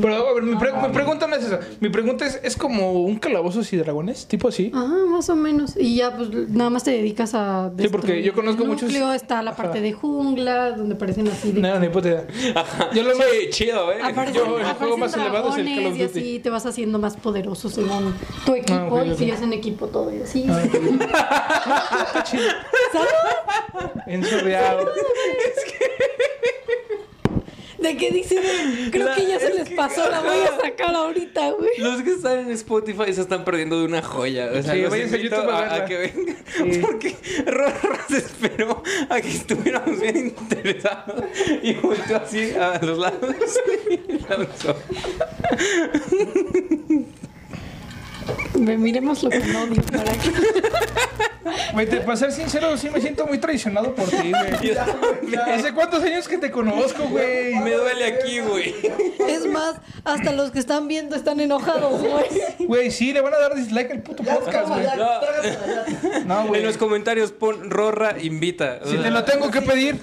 Speaker 5: Pero, a ver, mi, pre- mi pregunta no es esa. Mi pregunta es, ¿es como un calabozos y dragones? ¿Tipo así?
Speaker 4: Ajá, Ah, más o menos. Y ya, pues nada más te dedicas a.
Speaker 5: Sí, porque yo conozco muchos-
Speaker 4: núcleo, Está la parte
Speaker 5: Ajá.
Speaker 4: de jungla, donde parecen así. De...
Speaker 5: No, ni puta idea.
Speaker 3: Ajá.
Speaker 5: Yo lo más...
Speaker 3: Sí, chido, eh.
Speaker 4: Aparecen,
Speaker 5: yo- el juego
Speaker 4: aparecen
Speaker 5: más elevado es el Call of
Speaker 4: dragones y
Speaker 5: Duty.
Speaker 4: así te vas haciendo más poderoso según tu equipo
Speaker 5: Ah, ok, Ah,
Speaker 4: y
Speaker 5: ok.
Speaker 4: si es en equipo todo y así.
Speaker 5: Ensorreado.
Speaker 4: ¿De qué dicen? Creo
Speaker 3: La-
Speaker 4: que ya se
Speaker 3: es
Speaker 4: les
Speaker 3: que-
Speaker 4: pasó, la voy a sacar ahorita, güey.
Speaker 3: Los que están en Spotify se están perdiendo de una joya. O sea,
Speaker 5: Sí,
Speaker 3: los
Speaker 5: váyanse a
Speaker 3: invito
Speaker 5: YouTube a
Speaker 3: a, a
Speaker 5: verla.
Speaker 3: que vengan.
Speaker 5: Sí.
Speaker 3: Porque Rorra se esperó a que estuviéramos bien interesados y volteó así a los lados y lanzó.
Speaker 4: Ve, Miremos lo que no digo para que-
Speaker 5: Güey, te- para ser sincero, sí me siento muy traicionado por ti, güey. ¿Hace cuántos años que te conozco, güey?
Speaker 3: Me duele aquí, güey.
Speaker 4: Es más, hasta los que están viendo están enojados, güey.
Speaker 5: Güey, sí, le van a dar dislike al puto podcast, güey.
Speaker 3: No.
Speaker 5: No,
Speaker 3: En
Speaker 5: Ah, güey.
Speaker 3: los comentarios pon Rorra invita.
Speaker 5: Si te lo tengo que pedir,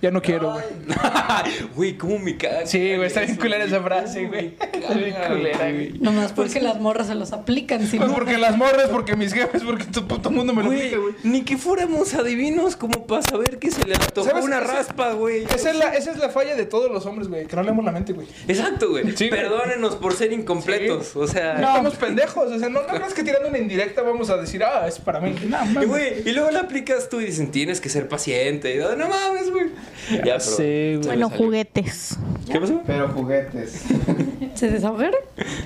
Speaker 5: ya no quiero, güey.
Speaker 3: Güey, cómo me cagas.
Speaker 5: Sí, güey, está bien culera esa frase, güey. Está bien culera, güey.
Speaker 4: Nomás porque las morras se los aplican, si
Speaker 5: Pues
Speaker 4: no.
Speaker 5: porque las morras, porque mis jefes, porque tu puto mundo me lo
Speaker 3: Güey,
Speaker 5: pide, güey.
Speaker 3: ni que fuéramos adivinos como para saber que se le antojó
Speaker 5: ¿Sabes
Speaker 3: una
Speaker 5: qué?
Speaker 3: raspa, güey.
Speaker 5: Esa es, la, esa es la falla de todos los hombres, güey, que no leemos la mente, güey.
Speaker 3: Exacto, güey.
Speaker 5: Sí, güey.
Speaker 3: Perdónenos por ser incompletos. O sea,
Speaker 5: Estamos pendejos, o sea, no, no crees que tirando una indirecta vamos a decir, ah, es para mí. No,
Speaker 3: Y,
Speaker 5: mames.
Speaker 3: güey, y luego la aplicas tú y dicen, tienes que ser paciente. Y, No, no mames, güey. Ya, pero-
Speaker 5: sé, güey.
Speaker 3: se
Speaker 7: Bueno,
Speaker 3: le salió.
Speaker 7: juguetes.
Speaker 3: ¿Qué pasó?
Speaker 6: Pero juguetes.
Speaker 3: Pues,
Speaker 4: ¿Se desahogaron?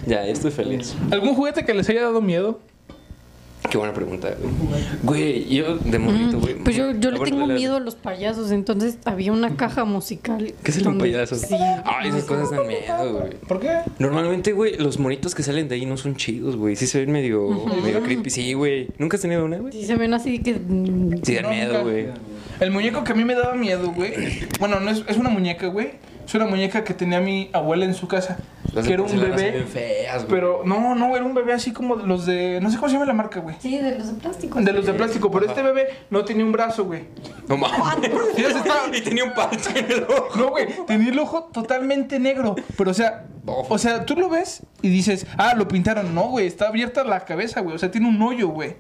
Speaker 3: Ya, ya estoy feliz.
Speaker 5: ¿Algún juguete que les haya dado miedo?
Speaker 3: Qué buena pregunta, güey. Güey, yo de morrito, güey.
Speaker 4: Pues yo, yo le
Speaker 3: aparte
Speaker 4: tengo
Speaker 3: de la-
Speaker 4: miedo a los payasos, entonces había una caja musical.
Speaker 3: ¿Qué es el
Speaker 4: donde-
Speaker 3: payaso?
Speaker 4: Sí.
Speaker 3: Ay, esas cosas dan miedo, güey.
Speaker 5: ¿Por qué?
Speaker 3: Normalmente, güey, los monitos que salen de ahí no son chidos, güey. Sí se ven medio, medio creepy. Sí, güey. ¿Nunca has tenido una, güey?
Speaker 4: Sí, se ven así que. mm,
Speaker 3: Sí, dan
Speaker 5: No,
Speaker 3: miedo,
Speaker 5: nunca.
Speaker 3: güey.
Speaker 5: El muñeco que a mí me daba miedo, güey. Bueno, no es, es una muñeca, güey. Es una muñeca que tenía mi abuela en su casa.
Speaker 3: Las
Speaker 5: que era
Speaker 3: de
Speaker 5: un
Speaker 3: porcelana se
Speaker 5: bebé.
Speaker 3: ven feas, güey.
Speaker 5: Pero no, no, era un bebé así como de los de. No sé cómo se llama la marca, güey.
Speaker 4: Sí, de los de plástico.
Speaker 5: De los de plástico, pero este bebé no tenía un brazo, güey.
Speaker 3: Ah, No mames.
Speaker 5: Sí, ese estaba-
Speaker 3: Y tenía un parche en el ojo.
Speaker 5: No, güey, tenía el ojo totalmente negro. Pero, o sea, o sea, tú lo ves y dices, ah, lo pintaron. No, güey, está abierta la cabeza, güey. O sea, tiene un hoyo, güey.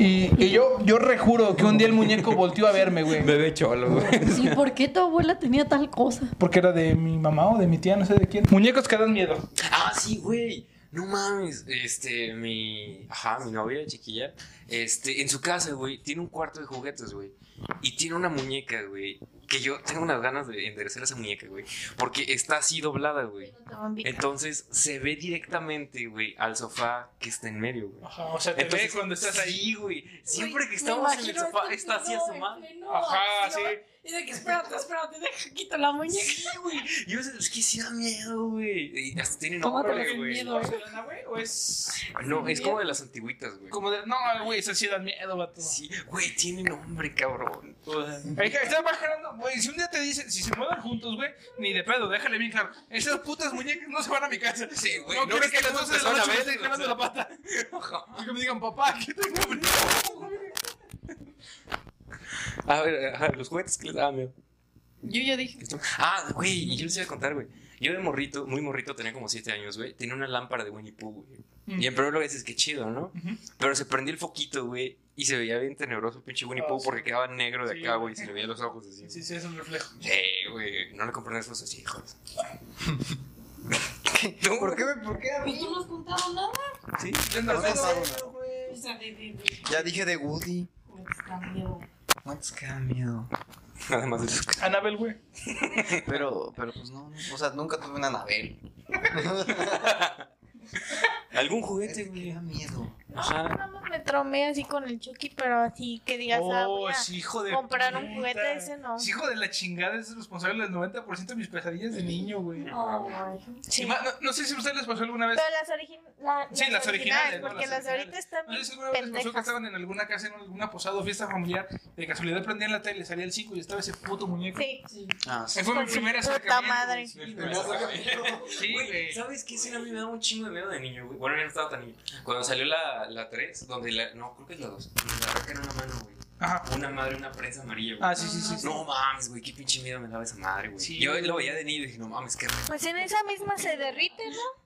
Speaker 5: Y, y yo, yo rejuro que un día el muñeco volteó a verme, güey.
Speaker 3: Bebé cholo, güey.
Speaker 4: ¿Y por qué tu abuela tenía tal cosa?
Speaker 5: Porque era de mi mamá o de mi tía, no sé de quién. Muñecos que dan miedo.
Speaker 3: Ah, sí, güey. No mames. Este, mi. Ajá, mi novia, chiquilla. Este, en su casa, güey, tiene un cuarto de juguetes, güey. Y tiene una muñeca, güey. Que yo tengo unas ganas de enderezar esa muñeca, güey. Porque está así doblada, güey. Entonces se ve directamente, güey, al sofá que está en medio, güey.
Speaker 5: o sea,
Speaker 3: Entonces, Sí, güey. Siempre que estamos en el sofá, está así asomado.
Speaker 5: Ajá, sí.
Speaker 4: Y de que espérate, espérate, deja quito la muñeca.
Speaker 3: Sí, güey. Yo es que sí da miedo, güey. Y hasta tiene
Speaker 4: Tómatelo
Speaker 3: nombre,
Speaker 4: sin
Speaker 3: güey.
Speaker 4: miedo.
Speaker 5: ¿Porcelana, güey? ¿O es
Speaker 3: No, es como de las antiguitas, güey.
Speaker 5: como de.? No, güey, esas sí dan miedo, vato.
Speaker 3: Sí, güey, tiene nombre, cabrón.
Speaker 5: Ey, que Está bajando, güey. Si un día te dicen, si se mueven juntos, güey, ni de pedo, déjale bien claro. Esas putas muñecas no se van a mi casa. Sí,
Speaker 3: güey,
Speaker 5: No,
Speaker 3: ¿no
Speaker 5: quiero
Speaker 3: ves
Speaker 5: que
Speaker 3: que
Speaker 5: las
Speaker 3: cómo
Speaker 5: dos de la
Speaker 3: empezó la
Speaker 5: noche me
Speaker 3: vez?
Speaker 5: estén jalando la pata. Y que me digan, papá, ¿qué tengo frío?"
Speaker 3: A ver, ajá, los juguetes que les daba miedo.
Speaker 4: Yo ya dije.
Speaker 3: Ah, güey, yo les iba a contar, güey. Yo de morrito, muy morrito, tenía como 7 años, güey. Tenía una lámpara de Winnie Pooh, güey. Y en primer lugar dices, qué chido, ¿no? Pero se prendió el foquito, güey. Y se veía bien tenebroso el pinche Winnie
Speaker 5: Ah,
Speaker 3: Pooh
Speaker 5: sí.
Speaker 3: porque quedaba negro de
Speaker 5: Sí,
Speaker 3: acá,
Speaker 5: güey.
Speaker 3: Oh, güey. Y se le veía los ojos así.
Speaker 5: Sí, sí, es un reflejo.
Speaker 3: Sí, güey. No le compré nada a esos hijos.
Speaker 6: ¿Por qué, me- ¿Por qué a mí?
Speaker 4: ¿Tú no has contado nada?
Speaker 6: Sí, no sé, Ya dije de Woody. Cuántos queda miedo.
Speaker 3: Además de los
Speaker 5: Anabel, güey.
Speaker 6: Pero, pero pues no, no, o sea, nunca tuve una Anabel.
Speaker 3: ¿Algún juguete,
Speaker 6: Este
Speaker 3: güey?
Speaker 6: queda miedo.
Speaker 3: Ajá.
Speaker 2: Nada más me tromé así con el Chucky, pero así que digas, ah, voy
Speaker 5: Oh,
Speaker 2: a
Speaker 5: sí, hijo de.
Speaker 2: comprar un
Speaker 5: puta.
Speaker 2: juguete de ese, no.
Speaker 5: Sí, hijo de la chingada, es responsable del 90% de mis pesadillas de niño, güey.
Speaker 2: Sí.
Speaker 5: Y más, No, no sé si a ustedes les pasó alguna vez.
Speaker 2: Oh, Pero las, origi- la-
Speaker 5: Sí, las originales, ¿no?
Speaker 2: porque
Speaker 5: Las
Speaker 2: las,
Speaker 5: originales.
Speaker 2: ahorita están
Speaker 5: No sé si
Speaker 2: bien
Speaker 5: alguna vez Ah, les pasó que
Speaker 2: pendejas.
Speaker 5: estaban en alguna casa, en alguna posada o fiesta familiar. De casualidad prendían la tele, salía el 5 y estaba ese puto muñeco.
Speaker 2: Sí,
Speaker 6: Ah, sí.
Speaker 5: Ese fue mi
Speaker 2: Con su
Speaker 5: primer
Speaker 2: puta
Speaker 5: acercamiento,
Speaker 2: madre.
Speaker 5: güey. Sí, güey. Sí,
Speaker 3: Güey,
Speaker 5: güey.
Speaker 3: ¿sabes qué escena a mí me daba un chingo de miedo de niño, güey? Bueno, yo no estaba tan niño. Cuando salió la, la 3, donde la. No, creo que es la 2. Donde la arrancan una mano, güey.
Speaker 5: Ajá.
Speaker 3: Una madre, una prensa amarilla, güey.
Speaker 5: Ah, sí, sí, sí. sí.
Speaker 3: No mames, güey, qué pinche miedo me daba esa madre, güey.
Speaker 5: Sí.
Speaker 3: Yo lo veía de niño y dije, no mames, qué. re-
Speaker 2: pues en esa misma se derrite, ¿no?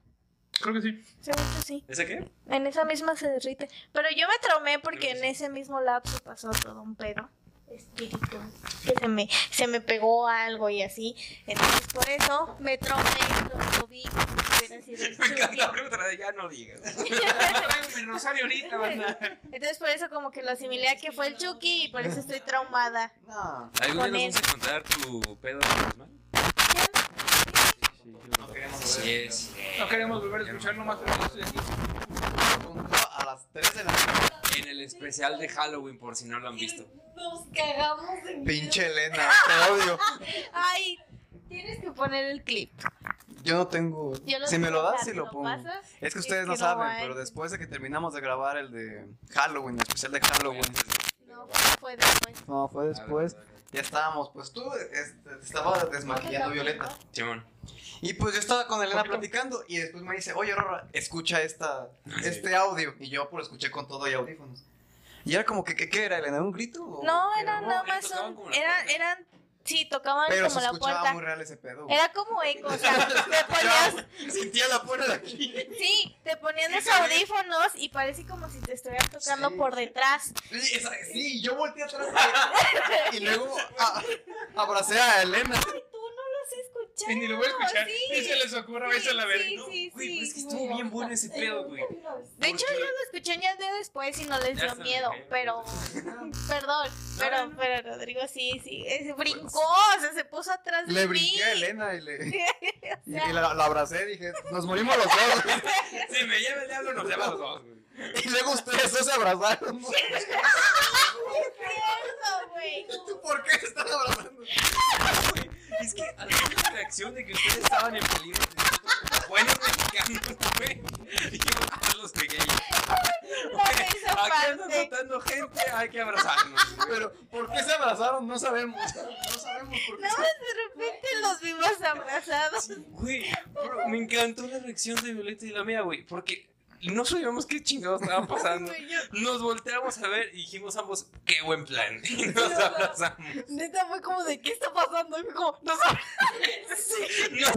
Speaker 5: Creo que sí.
Speaker 2: Según tú sí.
Speaker 3: ¿Esa qué?
Speaker 2: En esa misma se derrite. Pero yo me traumé porque
Speaker 3: Creo que
Speaker 2: en
Speaker 3: sí.
Speaker 2: ese mismo lapso pasó todo un pedo espiritual. Que se me, se me pegó algo y así. Entonces por eso me traumé y lo vi. como si hubiera sido el
Speaker 3: Me encanta,
Speaker 2: Chucky.
Speaker 3: pero otra vez ya no digas.
Speaker 5: Traigo mi rosario ahorita, banda.
Speaker 2: Entonces por eso como que lo asimilé a que fue el Chucky y por eso estoy traumada.
Speaker 6: No.
Speaker 3: ¿Alguna
Speaker 2: Con
Speaker 3: vez
Speaker 2: él.
Speaker 3: nos vas a contar tu pedo de Guzmán? Sí, es.
Speaker 5: No queremos volver a escuchar nomás por eso estoy aquí.
Speaker 6: Punto a las 3 de la mañana.
Speaker 3: En el especial de Halloween, por si no lo han visto.
Speaker 8: Nos cagamos en
Speaker 6: Pinche Elena, te odio.
Speaker 8: Ay, tienes que poner el clip.
Speaker 6: Yo no tengo.
Speaker 8: Yo lo
Speaker 6: si me lo
Speaker 8: tengo,
Speaker 6: das,
Speaker 8: o sea,
Speaker 6: sí lo
Speaker 8: ¿lo
Speaker 6: pongo.
Speaker 8: pasas?
Speaker 6: Es que ustedes no
Speaker 8: que no
Speaker 6: saben,
Speaker 8: hay.
Speaker 2: eh,
Speaker 6: pero después de que terminamos de grabar el de Halloween, el especial de Halloween.
Speaker 8: No, fue después.
Speaker 6: No, fue después. Ya estábamos, pues tú este, te estabas desmaquillando Violeta.
Speaker 3: Simón.
Speaker 6: Y pues yo estaba con Elena platicando y después me dice, oye Rora, escucha esta, este audio. Y yo pues lo escuché con todo y audífonos. Y era como que, ¿qué, qué era Elena? ¿Un grito? o
Speaker 2: No,
Speaker 6: qué
Speaker 2: era nada más
Speaker 3: tocaban como
Speaker 2: un.
Speaker 3: la
Speaker 2: Era,
Speaker 3: puerta.
Speaker 2: eran. Sí, tocaban
Speaker 6: Pero se
Speaker 2: como la
Speaker 6: escuchaba
Speaker 2: puerta.
Speaker 6: muy real ese pedo. güey.
Speaker 2: Era como eco, o sea, te ponías,
Speaker 6: Sentía la puerta de aquí.
Speaker 2: sí, te ponían los audífonos y parece como si te estuvieran tocando
Speaker 6: Sí.
Speaker 2: por detrás.
Speaker 6: Sí, esa- sí, yo volteé atrás y, y luego a- abracé a Elena.
Speaker 2: Tú no los escuchas.
Speaker 5: Y ni lo voy a escuchar.
Speaker 2: sí.
Speaker 5: Y se les ocurre, vais a la verga.
Speaker 2: Sí,
Speaker 5: No,
Speaker 2: sí,
Speaker 3: Güey,
Speaker 2: sí.
Speaker 3: pero es que estuvo bien bueno ese pedo, güey.
Speaker 2: De hecho, yo lo escuché años de después y no les
Speaker 3: Ya
Speaker 2: dio
Speaker 3: está,
Speaker 2: miedo,
Speaker 3: ok.
Speaker 2: pero, perdón, pero, pero Rodrigo sí, sí, es- brincó, o sea, se puso atrás de
Speaker 6: Pues Le
Speaker 2: mí.
Speaker 6: brinqué a Elena y le. Y, y la, la abracé, dije, nos morimos los dos.
Speaker 3: Si me lleva el diablo, nos lleva a los dos, güey.
Speaker 6: Y luego ustedes dos se abrazaron.
Speaker 2: Cierto, güey.
Speaker 6: ¿Tú por qué se están abrazando?
Speaker 3: Es que a la misma reacción de que ustedes estaban en peligro, de ser buenos mexicanos, güey. Y yo, a los que gay.
Speaker 2: esa
Speaker 3: Aquí andan
Speaker 2: parte.
Speaker 3: matando gente, hay que abrazarnos. güey.
Speaker 6: Pero, ¿por qué se abrazaron? No sabemos. No sabemos por qué.
Speaker 2: No, de repente los vimos abrazados.
Speaker 3: Güey, bro, me encantó la reacción de Violeta y la mía, güey, porque no sabíamos qué chingados estaban pasando. Nos volteamos a ver y dijimos ambos, qué buen plan. Y nos abrazamos.
Speaker 8: Neta fue como de qué está pasando. Y fue como, no sé.
Speaker 3: No,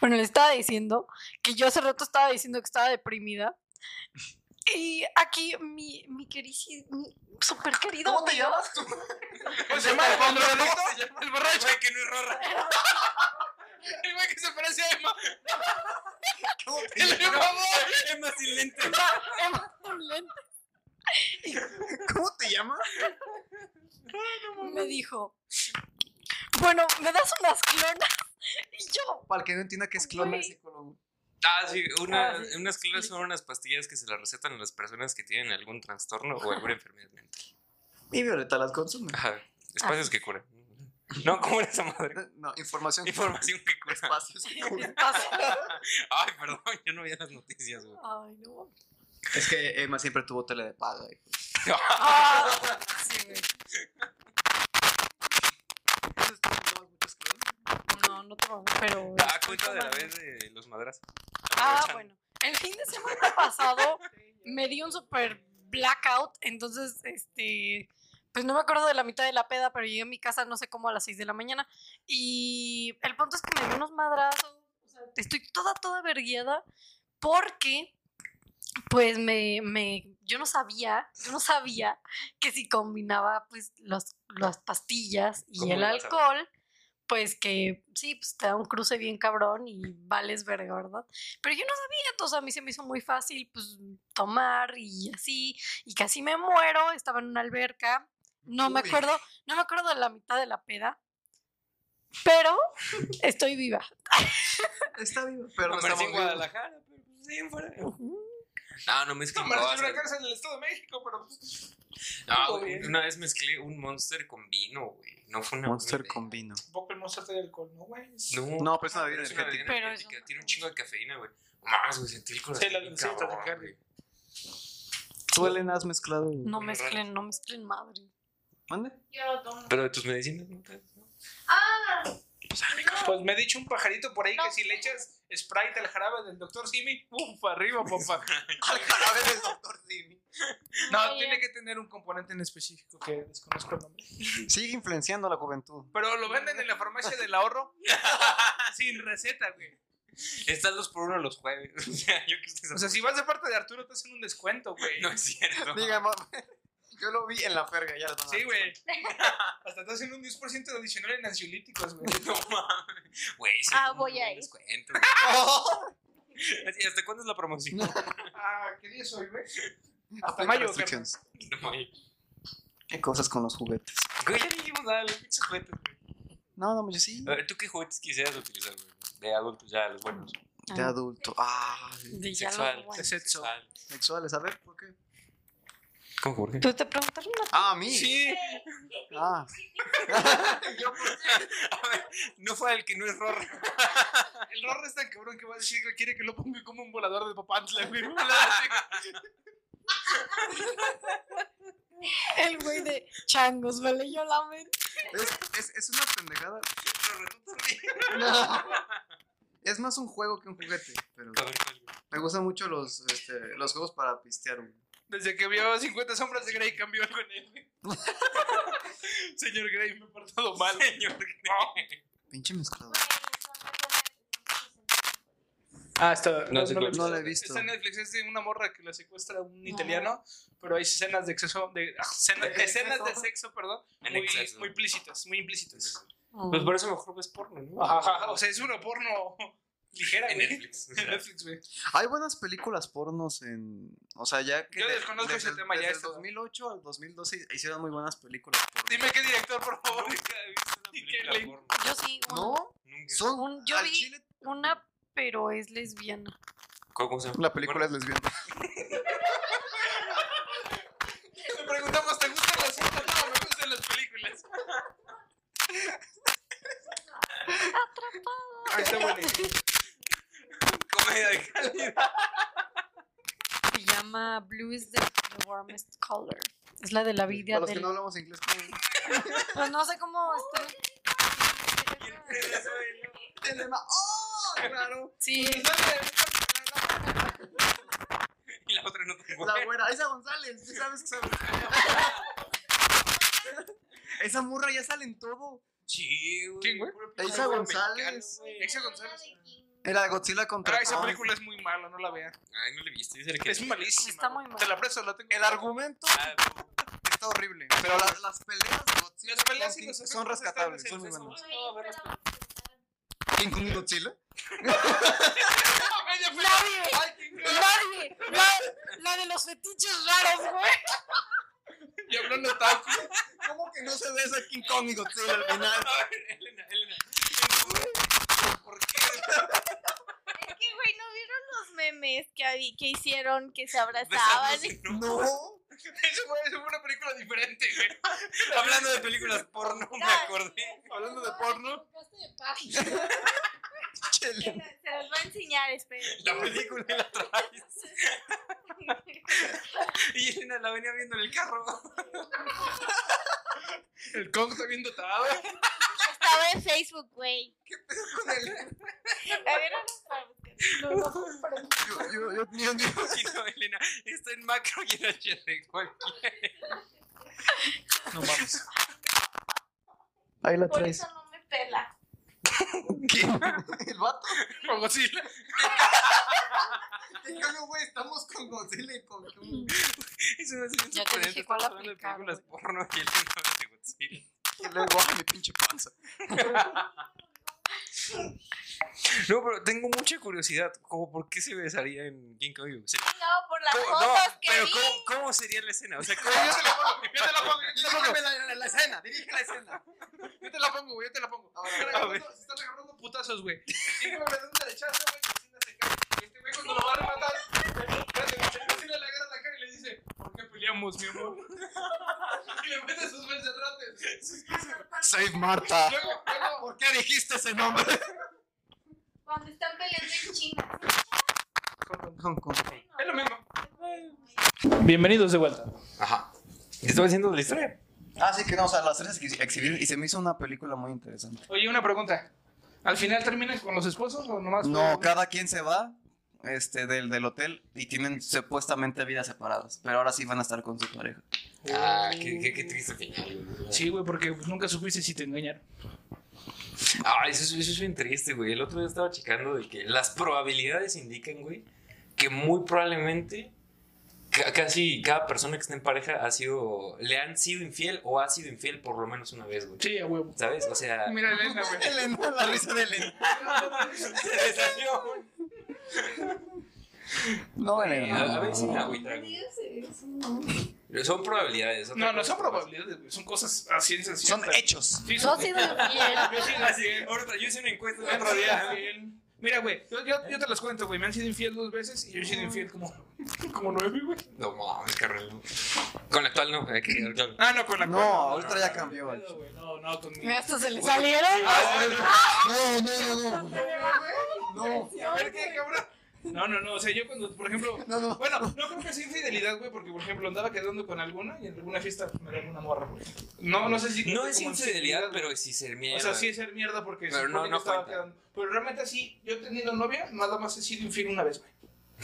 Speaker 4: Bueno, le estaba diciendo que yo hace rato estaba diciendo que estaba deprimida. Y aquí mi, mi querido, mi super querido.
Speaker 6: ¿Cómo te
Speaker 4: amigo-
Speaker 6: llamas tú?
Speaker 5: ¿Cómo se llama el borracho?
Speaker 3: el borracho que no es rorra. El güey que se parece a Emma.
Speaker 6: ¿Cómo te
Speaker 3: El
Speaker 6: llamas?
Speaker 3: Emma, Emma sin lente.
Speaker 6: ¿Cómo te llamas?
Speaker 4: Me dijo, bueno, ¿me das unas clonas? Y yo,
Speaker 6: Para el que no entienda que es clon
Speaker 4: Güey.
Speaker 6: el psicólogo.
Speaker 3: Ah, sí, una, unas claras son unas pastillas que se las recetan a las personas que tienen algún trastorno o alguna enfermedad mental.
Speaker 6: Y Violeta las consume.
Speaker 3: Ajá, espacios que curan. No, ¿cómo era esa madre?
Speaker 6: No, información.
Speaker 3: Información que cura.
Speaker 6: Espacios. que cubren.
Speaker 3: Ay, perdón, yo no veía las noticias, güey.
Speaker 4: ay, no.
Speaker 6: Es que Emma siempre tuvo tele de paga. y-
Speaker 4: Ah,
Speaker 6: Entonces, ¿tú tomabas muchos clones?
Speaker 4: No, no tomo, pero.
Speaker 3: Ah, cuenta de la vez de los madras.
Speaker 4: Ah, bueno. El fin de semana pasado me di un super blackout, entonces, este, pues no me acuerdo de la mitad de la peda, pero llegué a mi casa no sé cómo a las 6 de la mañana. Y el punto es que me dio unos madrazos, o sea, estoy toda, toda verguiada, porque, pues me, me, yo no sabía, yo no sabía que si combinaba, pues, los, las pastillas y
Speaker 3: ¿Cómo
Speaker 4: el
Speaker 3: lo vas a ver?
Speaker 4: alcohol, pues que sí, pues te da un cruce bien cabrón y vales verga, ¿verdad? Pero yo no sabía, entonces a mí se me hizo muy fácil, pues, tomar y así, y casi me muero, estaba en una alberca, no me
Speaker 6: Uy.
Speaker 4: acuerdo, no me acuerdo de la mitad de la peda, pero estoy viva.
Speaker 6: Está vivo, pero no
Speaker 3: Amanecí
Speaker 6: estamos
Speaker 3: en
Speaker 6: vivos.
Speaker 3: Guadalajara, pero pues, sí, fuera. No, no mezclé
Speaker 5: No, me en una cárcel en el Estado de México, pero.
Speaker 3: No, güey, una vez mezclé un monster con vino, güey. No fue una.
Speaker 6: Monster
Speaker 3: buena
Speaker 6: con vino.
Speaker 5: Tampoco no se trae alcohol, ¿no, güey?
Speaker 3: idea.
Speaker 5: No.
Speaker 3: No,
Speaker 6: No, pero es una bebida
Speaker 3: es una bebida
Speaker 6: energética.
Speaker 4: Pero
Speaker 3: energética, Tiene un chingo de cafeína, güey. Más, güey, sentí el corazón.
Speaker 5: Sí, la
Speaker 3: bien
Speaker 5: lucita de
Speaker 3: cabrón,
Speaker 5: Carmen.
Speaker 3: güey.
Speaker 6: ¿Tú, Elena, has mezclado?
Speaker 4: No
Speaker 3: Muy
Speaker 4: mezclen, no mezclen madre.
Speaker 6: ¿Mande?
Speaker 3: Pero de tus medicinas nunca. ¿no?
Speaker 5: Pues me ha dicho un pajarito por ahí que si le echas Sprite al jarabe del doctor Simi, ¡pum! arriba, papá.
Speaker 6: Al jarabe del doctor Simi.
Speaker 5: No, tiene que tener un componente en específico que desconozco el nombre.
Speaker 6: Sigue influenciando a la juventud.
Speaker 5: Pero lo venden en la farmacia del ahorro sin receta, güey.
Speaker 3: Están dos por uno los jueves. O sea, yo que ustedes.
Speaker 5: O sea, si vas de parte de Arturo, te hacen un descuento, güey.
Speaker 3: No es cierto.
Speaker 6: Diga, mamá. Yo lo vi en la ferga, ya lo tomaba.
Speaker 5: Sí, güey. Hasta te hacen un 10% adicional en ansiolíticos, güey.
Speaker 3: No mames. Güey, sí.
Speaker 2: Ah,
Speaker 3: un
Speaker 2: voy a
Speaker 3: buen
Speaker 2: ir.
Speaker 3: descuento.
Speaker 6: Ah,
Speaker 3: Así, ¿Hasta cuándo es la promoción?
Speaker 5: Ah, ¿qué día es hoy, güey?
Speaker 6: Hasta
Speaker 5: mayo,
Speaker 6: restrictions.
Speaker 3: No mames.
Speaker 6: Qué cosas con los juguetes.
Speaker 3: Güey, ya dijimos nada, los ah, pinches juguetes, güey.
Speaker 6: No, no, yo sí.
Speaker 3: A ver, ¿tú qué juguetes quisieras utilizar, güey?
Speaker 8: de adultos ya, los buenos.
Speaker 6: De adulto. Ah,
Speaker 4: De ya lo
Speaker 8: Sexual.
Speaker 4: aguanto.
Speaker 3: Sexo.
Speaker 6: sexuales, a ver, ¿por qué?
Speaker 8: ¿Cómo por qué?
Speaker 4: Tú te preguntaron una
Speaker 6: Ah, a mí.
Speaker 8: Sí,
Speaker 6: Ah,
Speaker 8: yo por qué. A ver, no fue el que no es Rorra.
Speaker 3: El horror está cabrón que va a decir que quiere que lo ponga como un volador de papantla, güey. un volador así.
Speaker 4: El güey de changos, me leyó la mente.
Speaker 6: es, es, es una pendejada.
Speaker 8: Rorra, tú también.
Speaker 6: Es más un juego que un juguete, pero
Speaker 8: A ver,
Speaker 3: pues,
Speaker 8: ¿cuál?
Speaker 6: me gustan mucho los, este, los juegos para pistear. güey.
Speaker 3: Desde que vio 50 sombras de Grey cambió algo en él, güey. Señor Grey, me he portado mal.
Speaker 8: Señor.
Speaker 6: Pinche mezclado.
Speaker 3: Ah, está.
Speaker 8: No sé cuál.
Speaker 6: No lo he visto.
Speaker 3: Está en Netflix, es de una morra que la secuestra a un italiano, pero hay escenas de exceso, de, ah, escena-
Speaker 6: ¿De
Speaker 3: escenas de
Speaker 6: exceso?
Speaker 3: sexo, perdón,
Speaker 8: En
Speaker 3: muy,
Speaker 8: exceso.
Speaker 3: muy implícitas, muy implícitas.
Speaker 8: Pues por eso mejor ves porno, ¿no?
Speaker 3: Ajá, ajá, o sea, es una porno ligera,
Speaker 8: en
Speaker 3: güey.
Speaker 8: Netflix.
Speaker 3: En Netflix, güey.
Speaker 6: Hay buenas películas pornos en. O sea, ya que.
Speaker 3: Yo
Speaker 6: de-
Speaker 3: desconozco ese
Speaker 6: el-
Speaker 3: tema, ya
Speaker 6: Desde el
Speaker 3: está.
Speaker 6: 2008 al 2012 hicieron muy buenas películas pornos.
Speaker 3: Dime qué director, por favor. Y que
Speaker 8: película
Speaker 3: le-
Speaker 8: porno.
Speaker 4: Yo sí, una.
Speaker 6: No,
Speaker 8: Nunca.
Speaker 6: son.
Speaker 4: Un- yo
Speaker 6: al
Speaker 4: vi-
Speaker 6: chile-
Speaker 4: Una, pero es lesbiana.
Speaker 8: ¿Cómo se llama?
Speaker 6: La película es lesbiana.
Speaker 3: Le preguntamos, ¿te gustan las cintas? No, me gustan las películas. Atrapado. Ahí está buenísimo.
Speaker 8: Comedia de calidad.
Speaker 4: Se llama Blue is the, the Warmest Color. Es la de la vida
Speaker 6: Pues,
Speaker 4: del.
Speaker 6: Para los que no hablamos inglés, ¿cómo?
Speaker 4: Pues no sé cómo. está-
Speaker 6: ¡Oh! Claro.
Speaker 4: Sí,
Speaker 8: Y la otra no tengo.
Speaker 6: La güera. Esa González. Ya sabes que sabe. Esa murra ya sale en todo.
Speaker 8: Sí, güey.
Speaker 3: ¿Quién, güey?
Speaker 8: Puro
Speaker 6: Isa
Speaker 8: puro
Speaker 6: González.
Speaker 8: mexicano, güey.
Speaker 3: Exa González.
Speaker 6: Era Godzilla contra.
Speaker 3: Ah, esa
Speaker 6: Kong.
Speaker 3: película es muy mala, no la vean.
Speaker 8: Ay, no le viste. Dice que
Speaker 3: Es malísima.
Speaker 4: Está
Speaker 3: güey.
Speaker 4: muy mala.
Speaker 3: Te la presto, la tengo.
Speaker 6: El argumento
Speaker 8: Ah,
Speaker 6: está horrible. Pero la- las peleas de Godzilla
Speaker 3: Las peleas
Speaker 6: con
Speaker 3: y
Speaker 6: King
Speaker 3: los
Speaker 6: son
Speaker 3: efectos están
Speaker 6: rescatables. Son muy
Speaker 3: decentes,
Speaker 6: buenas.
Speaker 3: No, a ver, espera.
Speaker 6: ¿King Kong Godzilla?
Speaker 4: Nadie. Nadie. La, la de los fetiches raros, güey.
Speaker 3: Y habló en otaku.
Speaker 6: ¿Cómo que no se ve esa King Kong y Godzilla al final?
Speaker 3: A ver, Elena, Elena. ¿Por qué?
Speaker 2: Es que, güey, ¿no vieron los memes que, habi- que hicieron que se abrazaban?
Speaker 6: No.
Speaker 3: Eso fue, eso fue una película diferente, güey.
Speaker 8: Hablando de películas porno, me acordé.
Speaker 3: Hablando de porno.
Speaker 2: Se los voy a enseñar, esperen.
Speaker 8: La película y la traes. Y Elena la venía viendo en el carro.
Speaker 3: El Kong está bien dotado.
Speaker 2: Estaba en Facebook, güey. ¿Qué pedo con él?
Speaker 6: Yo, yo, yo, yo- yo-
Speaker 8: Y no, Elena, está en macro y en HD. cualquiera.
Speaker 3: No mames.
Speaker 6: Ahí la
Speaker 2: Por
Speaker 6: traes.
Speaker 2: eso no me pela.
Speaker 6: ¿Qué? ¿El vato?
Speaker 3: Con Godzilla.
Speaker 6: Te digo, güey, estamos con Godzilla y con King
Speaker 8: Es una serie
Speaker 4: Ya te
Speaker 8: sorprendente,
Speaker 4: dije cuál
Speaker 8: estamos hablando de
Speaker 4: aplicar,
Speaker 8: películas porno y Elena habla de Godzilla.
Speaker 6: Y luego, ay, mi pinche panza.
Speaker 8: No, pero tengo mucha curiosidad. Como, ¿Por qué se besaría en King Kong? O sea,
Speaker 2: No, por las
Speaker 8: ¿cómo-
Speaker 2: cosas
Speaker 8: no,
Speaker 2: que
Speaker 8: pero
Speaker 2: vi.
Speaker 8: ¿cómo, ¿cómo sería la escena? O sea, ¿cómo?
Speaker 3: Yo te la pongo, yo te la pongo, yo te la pongo.
Speaker 6: Dirígeme la, la escena, dirige la escena.
Speaker 3: Yo te la pongo, güey, yo te la pongo.
Speaker 6: ver,
Speaker 3: Están
Speaker 8: a ver.
Speaker 3: agarrando- se están agarrando putazos, güey. Y me da un derechazo, güey, y Godzilla se cae. Y Este güey cuando lo va a rematar, espérate, Godzilla le agarra la cara y le dice, ¿por qué peleamos, mi amor? Y le mete sus becerrates.
Speaker 6: Save Marta.
Speaker 3: Luego, luego,
Speaker 6: ¿Por qué dijiste ese nombre?
Speaker 2: Cuando están peleando en China.
Speaker 3: es lo mismo. Bienvenidos de vuelta.
Speaker 6: Ajá.
Speaker 8: Te estaba diciendo la historia.
Speaker 6: Ah, sí, que no, o sea, las tres ex- exhibieron y se me hizo una película muy interesante.
Speaker 3: Oye, una pregunta. ¿Al final terminas con los esposos o nomás?
Speaker 6: No, cada quien se va este, del, del hotel y tienen supuestamente vidas separadas, pero ahora sí van a estar con su pareja.
Speaker 8: Ah, qué, qué, qué triste final.
Speaker 3: Sí, güey, porque pues, nunca supiste si te engañaron.
Speaker 8: Ah, eso, es- eso es bien triste, güey. El otro día estaba checando de que las probabilidades indican, güey, que muy probablemente ca- casi cada persona que está en pareja ha sido, le han sido infiel o ha sido infiel por lo menos una vez, güey.
Speaker 3: Sí, a huevo.
Speaker 8: ¿Sabes? O sea,
Speaker 3: Mira, Elena, güey.
Speaker 6: Elena, la risa de Elena.
Speaker 8: se le salió.
Speaker 6: No,
Speaker 8: A, a
Speaker 6: Elena.
Speaker 8: ver si me agüita. güey. Son probabilidades. otra
Speaker 3: No, no
Speaker 8: cosa.
Speaker 3: son probabilidades, güey. Son cosas a ciencia
Speaker 9: Son
Speaker 3: cierta.
Speaker 9: hechos.
Speaker 3: Sí,
Speaker 2: Yo
Speaker 3: son
Speaker 2: he sido infiel.
Speaker 3: Yo sí, así es.
Speaker 8: Ahorita yo hice una encuesta el
Speaker 3: Otro
Speaker 8: otro
Speaker 3: día.
Speaker 8: día.
Speaker 3: Mira, güey, yo, yo- yo te las cuento, güey. Me han sido infiel dos veces y yo he sido infiel como, como nueve, güey.
Speaker 8: No mames, carnal. no. Con la actual no. hay que- actual.
Speaker 3: Ah, no, con la
Speaker 6: No, ahorita ya cambió.
Speaker 3: No, güey, No, no, con mi.
Speaker 2: Esto se les
Speaker 3: Ah,
Speaker 9: No, no, no, no.
Speaker 6: No.
Speaker 3: A ver qué, cabrón. No, no, no, o sea, yo cuando, por ejemplo,
Speaker 6: No, no.
Speaker 3: bueno, no creo que sea infidelidad, güey, porque, por ejemplo, andaba quedando con alguna y en alguna fiesta me dio una morra, güey. No, no sé si...
Speaker 8: No es
Speaker 3: como
Speaker 8: infidelidad, pero sí ser miedo.
Speaker 3: O sea, sí es ser mierda porque
Speaker 8: Pero
Speaker 3: supone
Speaker 8: no-
Speaker 3: que
Speaker 8: no
Speaker 3: estaba
Speaker 8: cuenta.
Speaker 3: quedando. Pero realmente sí, yo he tenido novia, nada más he sido infiel una vez, güey.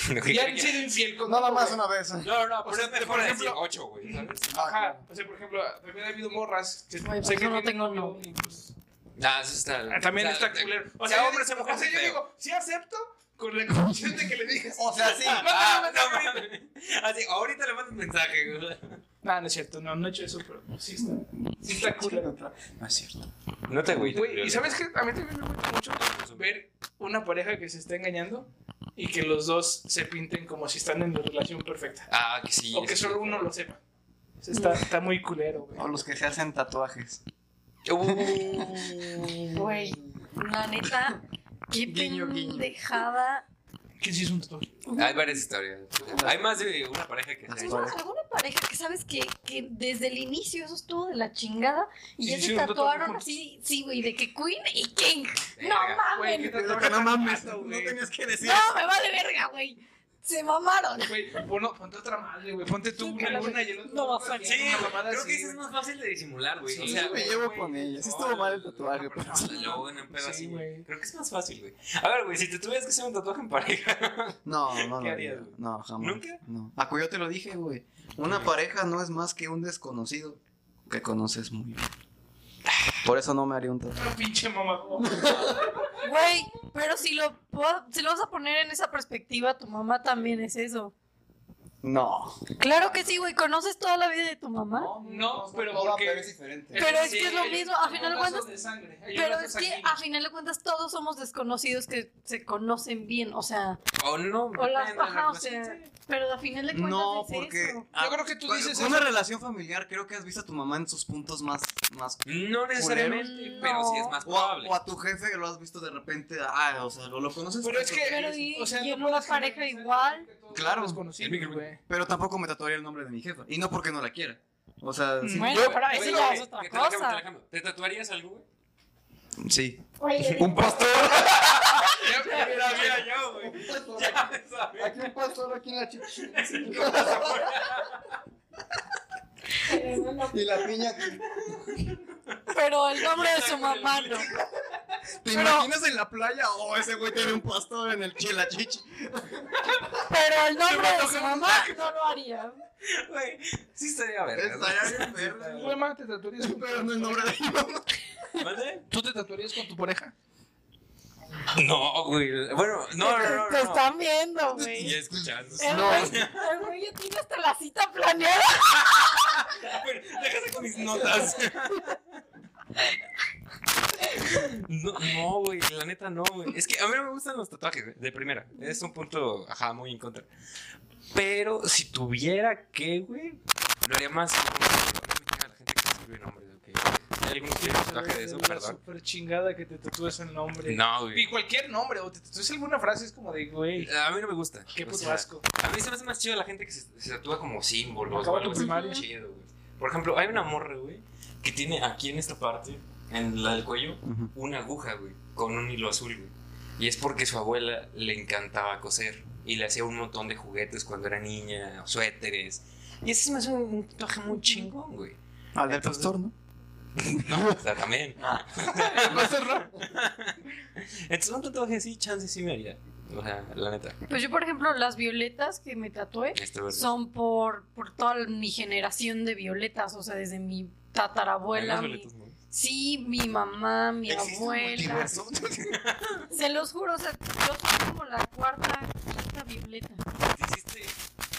Speaker 8: No,
Speaker 3: Y
Speaker 8: creo
Speaker 3: han
Speaker 8: que-
Speaker 3: sido infiel con
Speaker 9: Nada más
Speaker 3: güey.
Speaker 9: una vez.
Speaker 3: No, no,
Speaker 8: O
Speaker 3: por,
Speaker 8: sea,
Speaker 3: ejemplo,
Speaker 8: mejor
Speaker 3: por
Speaker 8: decir
Speaker 3: ejemplo,
Speaker 8: ocho, güey. ¿sabes?
Speaker 3: ajá, o sea, por ejemplo, también ha habido morras que
Speaker 2: Güey,
Speaker 3: sé
Speaker 2: pues
Speaker 3: que
Speaker 2: yo no
Speaker 3: tienen
Speaker 2: tengo
Speaker 3: novio
Speaker 2: novio.
Speaker 3: y, pues,
Speaker 8: Nah, eso está.
Speaker 3: ah, también
Speaker 8: o sea,
Speaker 3: está culero. O sea,
Speaker 8: yo
Speaker 3: hombre,
Speaker 8: digo-
Speaker 3: o sea, yo
Speaker 8: feo.
Speaker 3: digo, sí acepto con la condición de que le digas.
Speaker 9: O sea, sí.
Speaker 8: Ah, no mames. Así, ahorita le mando un mensaje, güey.
Speaker 3: No, no es cierto, no, no he hecho eso, pero sí está, sí está culero.
Speaker 9: No es cierto.
Speaker 8: No te agüites.
Speaker 3: Güey, ¿y sabes qué? A mí también me gusta mucho ver una pareja que se está engañando y que los dos se pinten como si están en la relación perfecta.
Speaker 8: Ah, que sí.
Speaker 3: O que
Speaker 8: sí.
Speaker 3: solo uno lo sepa. O sea, está, está muy culero, güey.
Speaker 6: O los que se hacen tatuajes.
Speaker 8: Uh,
Speaker 2: Güey, la neta, qué
Speaker 6: Guiño, guiño.
Speaker 2: pendejada.
Speaker 3: ¿Qué sí es un tatuaje?
Speaker 8: Hay varias historias. uh. Hay más de una pareja que
Speaker 3: Ah,
Speaker 2: Es más, alguna pareja que sabes que, que desde el inicio eso estuvo de la chingada y
Speaker 3: Y
Speaker 2: ya se
Speaker 3: hicieron
Speaker 2: tatuaron
Speaker 3: tatuajes
Speaker 2: así, sí, güey, de que Queen y King. No
Speaker 8: Verga.
Speaker 3: Güey,
Speaker 2: mames,
Speaker 3: ¿qué tatuaje tan vasto, güey?
Speaker 9: que decir.
Speaker 2: no me vale verga, güey. Se mamaron.
Speaker 3: Güey, bueno, ponte otra madre, güey. Ponte tú
Speaker 2: Sí,
Speaker 3: una luna y el otro.
Speaker 2: no,
Speaker 3: otra,
Speaker 2: o sea,
Speaker 3: y
Speaker 8: Sí,
Speaker 3: una mamada
Speaker 8: creo
Speaker 3: así,
Speaker 8: que ese es
Speaker 3: güey.
Speaker 8: más fácil de disimular, güey.
Speaker 3: Sí,
Speaker 8: o sea,
Speaker 6: me llevo con ella. Sí estuvo mal el tatuaje,
Speaker 8: Pero
Speaker 6: pero-
Speaker 8: luego en un pedo
Speaker 3: Sí,
Speaker 8: así,
Speaker 3: güey.
Speaker 8: güey. Creo que es más fácil, güey. A ver, güey, si te tuvieras que hacer un tatuaje en pareja.
Speaker 6: No, no
Speaker 8: ¿Qué
Speaker 6: lo
Speaker 8: harías,
Speaker 6: haría.
Speaker 8: güey?
Speaker 6: No, jamás.
Speaker 8: ¿Nunca?
Speaker 6: No. Ah, pues yo te lo dije, güey. Una pareja no es más que un desconocido que conoces muy bien. Por eso no me haría un tatuaje.
Speaker 3: Una pinche mamá.
Speaker 2: Güey, pero si lo, po- si lo vas a poner en esa perspectiva, tu mamá también es eso.
Speaker 6: No.
Speaker 2: Claro que sí, güey, conoces toda la vida de tu mamá.
Speaker 3: No, pero
Speaker 6: Toda,
Speaker 3: porque-
Speaker 6: pero es diferente.
Speaker 2: Pero es que es lo
Speaker 3: hay
Speaker 2: mismo, a
Speaker 3: un
Speaker 2: final de
Speaker 3: lazo
Speaker 2: cuentas-
Speaker 3: de sangre, hay un
Speaker 2: Pero
Speaker 3: lazo
Speaker 2: es que
Speaker 3: sanguíneo.
Speaker 2: a final de cuentas todos somos desconocidos que se conocen bien, o sea,
Speaker 8: O no.
Speaker 2: o las
Speaker 8: depende de la
Speaker 2: ajá, o
Speaker 8: relación.
Speaker 2: sea, pero a final de cuentas
Speaker 6: No,
Speaker 2: es
Speaker 6: porque.
Speaker 2: eso.
Speaker 6: ah,
Speaker 3: Yo creo que tú
Speaker 6: con-
Speaker 3: dices
Speaker 6: con una
Speaker 3: eso.
Speaker 6: relación familiar, creo que has visto a tu mamá en sus puntos más. más
Speaker 8: No necesariamente,
Speaker 2: Culero.
Speaker 8: pero sí es más
Speaker 6: o, a,
Speaker 8: probable.
Speaker 6: o a tu jefe que lo has visto de repente. Ah, o sea, lo, lo conoces.
Speaker 3: Pero es que.
Speaker 2: Pero y-
Speaker 3: o sea,
Speaker 2: y en
Speaker 3: no
Speaker 2: una
Speaker 3: puedes
Speaker 2: pareja
Speaker 3: generalizar
Speaker 2: igual.
Speaker 3: que todos
Speaker 6: Claro.
Speaker 3: los conocimos,
Speaker 8: El micro-
Speaker 3: güey.
Speaker 6: Pero tampoco me tatuaría el nombre de mi jefa. Y no porque no la quiera. O sea, sí.
Speaker 2: Bueno, pero eso
Speaker 8: Güey,
Speaker 2: ya
Speaker 8: güey,
Speaker 2: es otra
Speaker 8: te la cambio,
Speaker 2: cosa.
Speaker 8: te la cambio. ¿Te tatuarías algo, güey?
Speaker 6: Sí.
Speaker 5: Oye,
Speaker 6: Un pastor.
Speaker 3: Ya, ya, ya, ya, ya.
Speaker 8: yo, güey. Ya me sabía.
Speaker 6: Aquí un pastor, aquí una chichi. Y la piña aquí.
Speaker 2: Pero el nombre de su mamá no.
Speaker 6: ¿Te
Speaker 2: Pero-
Speaker 6: imaginas en la playa? Oh, ese güey tiene un pastor en el chilachichi.
Speaker 2: Pero el nombre de su mamá no lo haría.
Speaker 8: Güey, sí estaría verga.
Speaker 6: Estaría bien verde.
Speaker 3: Güey, ma, ¿te tatuarías con
Speaker 6: Pero no el nombre de mi mamá.
Speaker 8: güey. ¿Mande?
Speaker 3: ¿Tú te tatuarías con tu pareja?
Speaker 8: No, güey. Bueno, no, no, no.
Speaker 2: Te
Speaker 8: no.
Speaker 2: están viendo,
Speaker 8: Y
Speaker 2: güey.
Speaker 8: escuchando.
Speaker 2: El güey- el güey ya tiene hasta la cita planeada.
Speaker 8: Pero déjase con mis notas. No, no, güey, la neta no, güey. Es que a mí no me gustan los tatuajes, güey, de primera. Es un punto, ajá, muy en contra. Pero si tuviera que, güey, lo haría más. No me caga la gente que escribe nombres, ok. Si hay alguno que tiene tatuaje de eso,
Speaker 3: Es una
Speaker 8: perdón.
Speaker 3: Súper chingada que te tatúes el nombre.
Speaker 8: No,
Speaker 3: Y
Speaker 8: güey.
Speaker 3: cualquier nombre, o te tatúes alguna frase, es como de, güey,
Speaker 8: A mí no me gusta.
Speaker 3: qué
Speaker 8: O
Speaker 3: puto
Speaker 8: sea,
Speaker 3: asco.
Speaker 8: A mí se me hace más chido la gente que se, se tatúa como símbolos.
Speaker 3: Acaba
Speaker 8: o algo
Speaker 3: tu
Speaker 8: así.
Speaker 3: primaria.
Speaker 8: Chido, güey. Por ejemplo, hay una morra, güey, que tiene aquí en esta parte, en la del cuello,
Speaker 6: Ujú.
Speaker 8: una aguja, güey, con un hilo azul, güey. Y es porque su abuela le encantaba coser y le hacía un montón de juguetes cuando era niña, suéteres. Y ese se me hace un, un tatuaje muy chingón, güey.
Speaker 6: Al del
Speaker 8: Entonces-
Speaker 6: pastor, ¿no?
Speaker 8: No, o sea, también.
Speaker 6: No es raro.
Speaker 8: Entonces, un tatuaje así, chance sí me haría. O sea, la neta.
Speaker 2: Pues yo, por ejemplo, las violetas que me tatué
Speaker 8: Este verde.
Speaker 2: son por, por toda mi generación de violetas, o sea, desde mi tatarabuela.
Speaker 8: Hay más
Speaker 2: mi-
Speaker 8: boletos, ¿no?
Speaker 2: sí, mi mamá, mi abuela. Se los juro, o sea, yo soy como la cuarta, quinta violeta.
Speaker 8: ¿Te hiciste,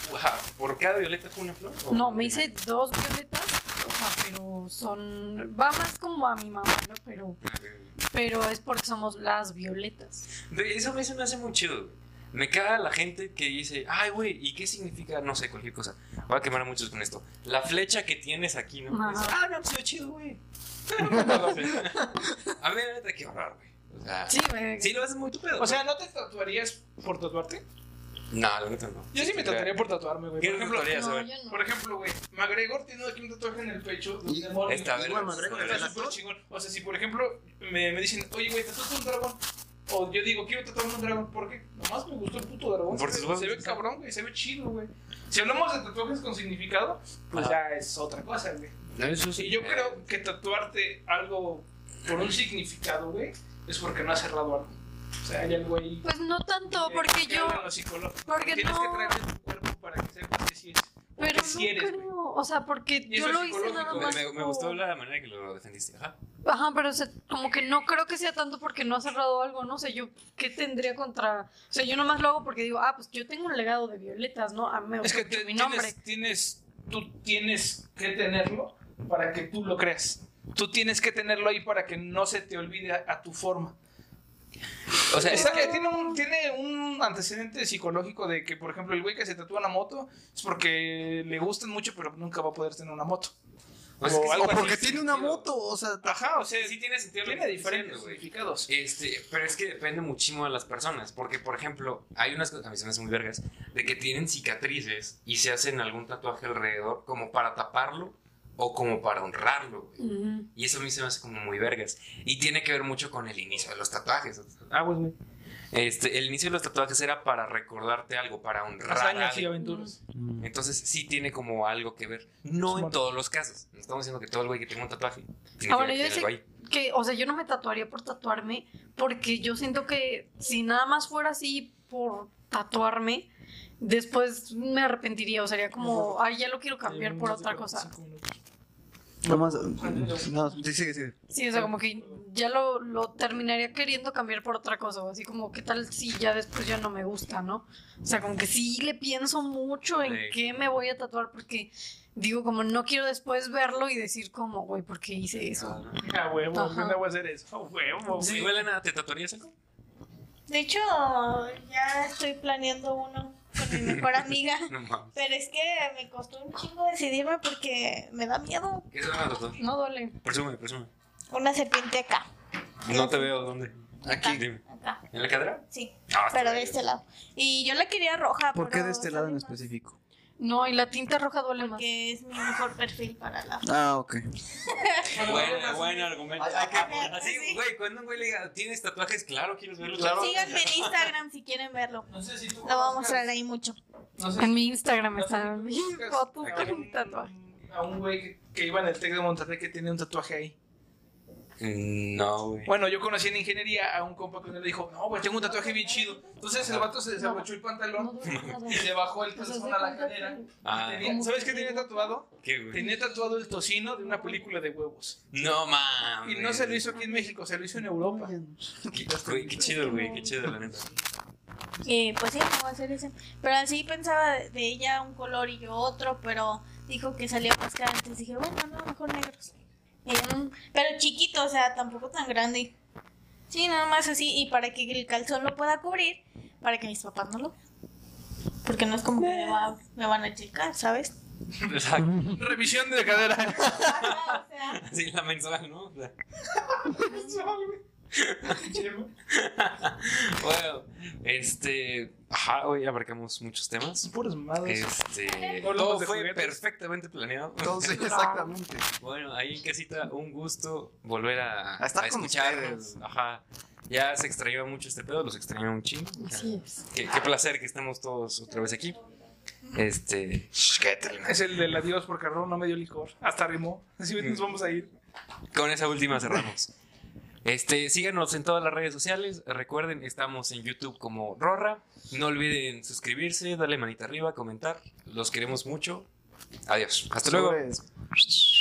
Speaker 8: Guau, por cada violeta fue una flor? o-
Speaker 2: No, me hice dos violetas, o sea, pero son... Va más como a mi mamá, ¿no? Pero, pero es porque somos las violetas.
Speaker 8: Güey, Eso, eso me hace muy chido, güey. Me caga la gente que dice, ay, güey, ¿y qué significa? No sé, cualquier cosa. Voy a quemar a muchos con esto. La flecha que tienes aquí, ¿no?
Speaker 4: Ajá.
Speaker 8: Dices, ah, no, pues soy chido, güey. a mí me neta, qué horror, güey. O sea,
Speaker 4: Sí, güey.
Speaker 8: sí lo haces muy tu pedo.
Speaker 3: O sea, ¿no te tatuarías por tatuarte?
Speaker 8: no, la neta no.
Speaker 3: Yo sí me tatuaría por tatuarme, güey.
Speaker 8: ¿Qué
Speaker 3: Por
Speaker 8: te
Speaker 3: ejemplo,
Speaker 8: tatuarías? A
Speaker 4: No,
Speaker 8: ver.
Speaker 4: yo no.
Speaker 3: por ejemplo, güey, McGregor tiene aquí un tatuaje en el pecho. de un
Speaker 5: Y-
Speaker 3: demonio.
Speaker 8: Esta
Speaker 5: Igual,
Speaker 8: verga.
Speaker 6: pues,
Speaker 5: madre,
Speaker 8: esta
Speaker 5: güey,
Speaker 3: Está
Speaker 8: verga.
Speaker 5: las
Speaker 3: súper
Speaker 5: dos.
Speaker 3: chingón. O sea, si por ejemplo me, me dicen, oye, güey, tatuaste un dragón. O yo digo, quiero tatuarme un dragón. ¿Por qué? Nomás me gustó el puto dragón.
Speaker 8: Por
Speaker 3: se,
Speaker 8: sus
Speaker 3: ve,
Speaker 8: huevos.
Speaker 3: se ve cabrón, güey. Se ve chido, güey. Si hablamos de tatuajes con significado, pues
Speaker 8: Ajá.
Speaker 3: ya es otra cosa, güey.
Speaker 8: No, eso sí.
Speaker 3: Y yo creo que tatuarte algo por un significado, güey, es porque no has cerrado algo. O sea, hay algo ahí.
Speaker 4: Pues no tanto,
Speaker 3: que-
Speaker 4: porque
Speaker 3: que
Speaker 4: yo.
Speaker 3: habla lo psicológico.
Speaker 4: porque
Speaker 3: Tienes
Speaker 4: no-
Speaker 3: que traerle tu cuerpo para que sepas que sí es. o
Speaker 4: Pero
Speaker 3: que sí
Speaker 4: no
Speaker 3: eres, güey.
Speaker 4: creo. O sea, porque
Speaker 3: Y eso
Speaker 4: yo
Speaker 3: es
Speaker 4: lo hice
Speaker 3: psicológico,
Speaker 4: nada
Speaker 3: güey.
Speaker 4: más.
Speaker 8: Me, me
Speaker 4: como-
Speaker 8: gustó la manera que lo defendiste. Ajá.
Speaker 4: Ajá, pero o sea, como que no creo que sea tanto porque no ha cerrado algo, no sé, yo qué tendría contra... O sea, yo nomás lo hago porque digo, ah, pues yo tengo un legado de violetas, ¿no? A mí me
Speaker 3: Es
Speaker 4: gusta
Speaker 3: que
Speaker 4: mucho
Speaker 3: te-
Speaker 4: mi nombre.
Speaker 3: tienes, tienes, tú tienes que tenerlo para que tú lo creas. Tú tienes que tenerlo ahí para que no se te olvide a, a tu forma.
Speaker 8: O sea,
Speaker 3: Es
Speaker 8: es-
Speaker 3: que tiene un, tiene un antecedente psicológico de que, por ejemplo, el güey que se tatúa una moto es porque le gustan mucho, pero nunca va a poder tener una moto.
Speaker 8: o sea, es que sí,
Speaker 3: algo
Speaker 6: O
Speaker 3: así,
Speaker 6: porque
Speaker 3: sí,
Speaker 6: tiene una
Speaker 3: tío.
Speaker 6: moto, o sea,
Speaker 3: Ajá, o sea,
Speaker 8: sí tiene sentido. lo
Speaker 3: tiene
Speaker 8: que
Speaker 3: diferentes
Speaker 8: diciendo, güey.
Speaker 3: significados.
Speaker 8: Este, pero es que depende muchísimo de las personas, porque por ejemplo, hay unas cosas, a mí se me hacen muy vergas, de que tienen cicatrices y se hacen algún tatuaje alrededor como para taparlo o como para honrarlo, güey.
Speaker 4: Ujú.
Speaker 2: Mm,
Speaker 8: Y eso a mí se me hace como muy vergas. Y tiene que ver mucho con el inicio de los tatuajes. Ah, pues, güey. Este, el inicio de los tatuajes era para recordarte algo, para honrar
Speaker 3: Hazañas y
Speaker 8: algo.
Speaker 3: aventuras.
Speaker 8: Entonces sí tiene como algo que ver. No en
Speaker 3: Simón.
Speaker 8: todos los casos. No estamos diciendo que todo el güey que tenga un tatuaje. tiene
Speaker 4: Ahora,
Speaker 8: que ver
Speaker 4: yo
Speaker 8: que tiene
Speaker 4: sé-
Speaker 8: algo ahí.
Speaker 4: Que, o sea, yo no me tatuaría por tatuarme porque yo siento que si nada más fuera así por tatuarme, después me arrepentiría, o sería como, ay, ya lo quiero cambiar por otra cosa.
Speaker 6: nada más. Ah, No, sí, sigue, sigue.
Speaker 4: Sí, o sea, como que ya lo, lo terminaría queriendo cambiar por otra cosa, o así como, ¿qué tal si ya después ya no me gusta, no? O sea, como que sí le pienso mucho en
Speaker 8: Sí.
Speaker 4: qué me voy a tatuar porque digo, como no quiero después verlo y decir como, güey, ¿por qué hice eso?
Speaker 3: A huevo,
Speaker 4: Ajá.
Speaker 3: ¿dónde voy a hacer eso? A huevo,
Speaker 8: Sí,
Speaker 3: güey.
Speaker 8: güey, Elena, ¿te tatuarías algo?
Speaker 2: De hecho, ya estoy planeando uno con mi mejor amiga.
Speaker 8: No mames.
Speaker 2: Pero es que me costó un chingo decidirme porque me da miedo.
Speaker 8: ¿Qué se van a tatuar?
Speaker 4: No duele.
Speaker 8: Presume, presume.
Speaker 2: Una serpiente acá.
Speaker 8: No te veo, ¿dónde? Aquí. Dime.
Speaker 2: Acá,
Speaker 8: ¿En la cadera?
Speaker 2: sí.
Speaker 8: Ah, está
Speaker 2: Pero de
Speaker 8: bien.
Speaker 2: este lado. Y yo la quería roja.
Speaker 6: ¿Por qué
Speaker 2: pero
Speaker 6: de este lado en
Speaker 2: sale
Speaker 6: específico?
Speaker 4: No, y la tinta roja duele
Speaker 2: más,
Speaker 4: más.
Speaker 2: Que es mi mejor perfil para la.
Speaker 6: Ah, ok.
Speaker 8: Bueno, buen argumento. Así,
Speaker 2: Sí.
Speaker 8: güey, cuando un güey le diga, ¿tienes tatuajes? Claro, quieres verlos.
Speaker 2: Síganme en Instagram si quieren verlo.
Speaker 3: No sé si tú
Speaker 2: Lo voy a
Speaker 3: conozcas-
Speaker 2: mostrar ahí mucho.
Speaker 3: No sé si
Speaker 4: En mi Instagram
Speaker 3: No sé,
Speaker 4: están
Speaker 3: ¿tú
Speaker 4: mis
Speaker 3: buscas
Speaker 4: fotos
Speaker 3: a
Speaker 4: con
Speaker 3: un-
Speaker 4: tatuaje.
Speaker 3: A un güey que, que iba en el Tec de Monterrey que tiene un tatuaje ahí.
Speaker 8: Mm, No, güey.
Speaker 3: Bueno, yo conocí en ingeniería a un compa que le dijo, no, güey, tengo un tatuaje bien chido. Entonces el vato se desabrochó el
Speaker 4: No
Speaker 3: pantalón
Speaker 4: duele nada.
Speaker 3: y se bajó el
Speaker 4: O sea,
Speaker 3: calzón
Speaker 4: se
Speaker 3: a la
Speaker 4: cuenta
Speaker 3: cadera.
Speaker 4: que-
Speaker 8: Ah,
Speaker 3: Tenía- ¿Sabes qué tenía tatuado?
Speaker 8: ¿qué, güey?
Speaker 3: Tenía tatuado el tocino de una película de huevos.
Speaker 8: No
Speaker 3: Y
Speaker 8: mames.
Speaker 3: no se lo hizo aquí en México, se lo hizo en Europa.
Speaker 8: Qué, güey, qué chido, güey, qué chido, la neta.
Speaker 2: Eh, pues sí, me voy a hacer ese. Pero así pensaba de de ella un color y yo otro, pero dijo que salía más caro. Entonces dije, bueno, no, mejor negros. Y ella, "Mm", pero chiquito, o sea, tampoco tan grande. Sí, nada más así. Y para que el calzón lo pueda cubrir, para que mis papás no lo vean. Porque no es como que me, va- me van a checar, ¿sabes?
Speaker 8: Exacto.
Speaker 3: Revisión de cadera.
Speaker 2: Ajá, o sea,
Speaker 8: Así la mensual, ¿no? O sea, bueno, este. Ajá, hoy abarcamos muchos temas.
Speaker 3: Puros madres.
Speaker 8: Este.
Speaker 3: Hablamos
Speaker 8: Todo
Speaker 3: de
Speaker 8: fue
Speaker 3: juguetes.
Speaker 8: perfectamente planeado.
Speaker 6: Entonces, exactamente.
Speaker 8: Bueno, ahí en casita, un gusto volver a,
Speaker 6: A estar con
Speaker 8: escucharnos.
Speaker 6: ustedes.
Speaker 8: Ajá. Ya se extrañaba mucho este pedo, los extrañaba un chingo.
Speaker 10: Así es.
Speaker 8: Qué, qué placer que estemos todos otra vez aquí. Este.
Speaker 3: Es el del adiós porque Ron no me dio licor. Hasta rimó. Así que nos vamos a ir.
Speaker 8: Con esa última cerramos. Este, síganos en todas las redes sociales. Recuerden, estamos en YouTube como Rorra. No olviden suscribirse, darle manita arriba, comentar. Los queremos mucho. Adiós. Hasta luego.
Speaker 6: Pues,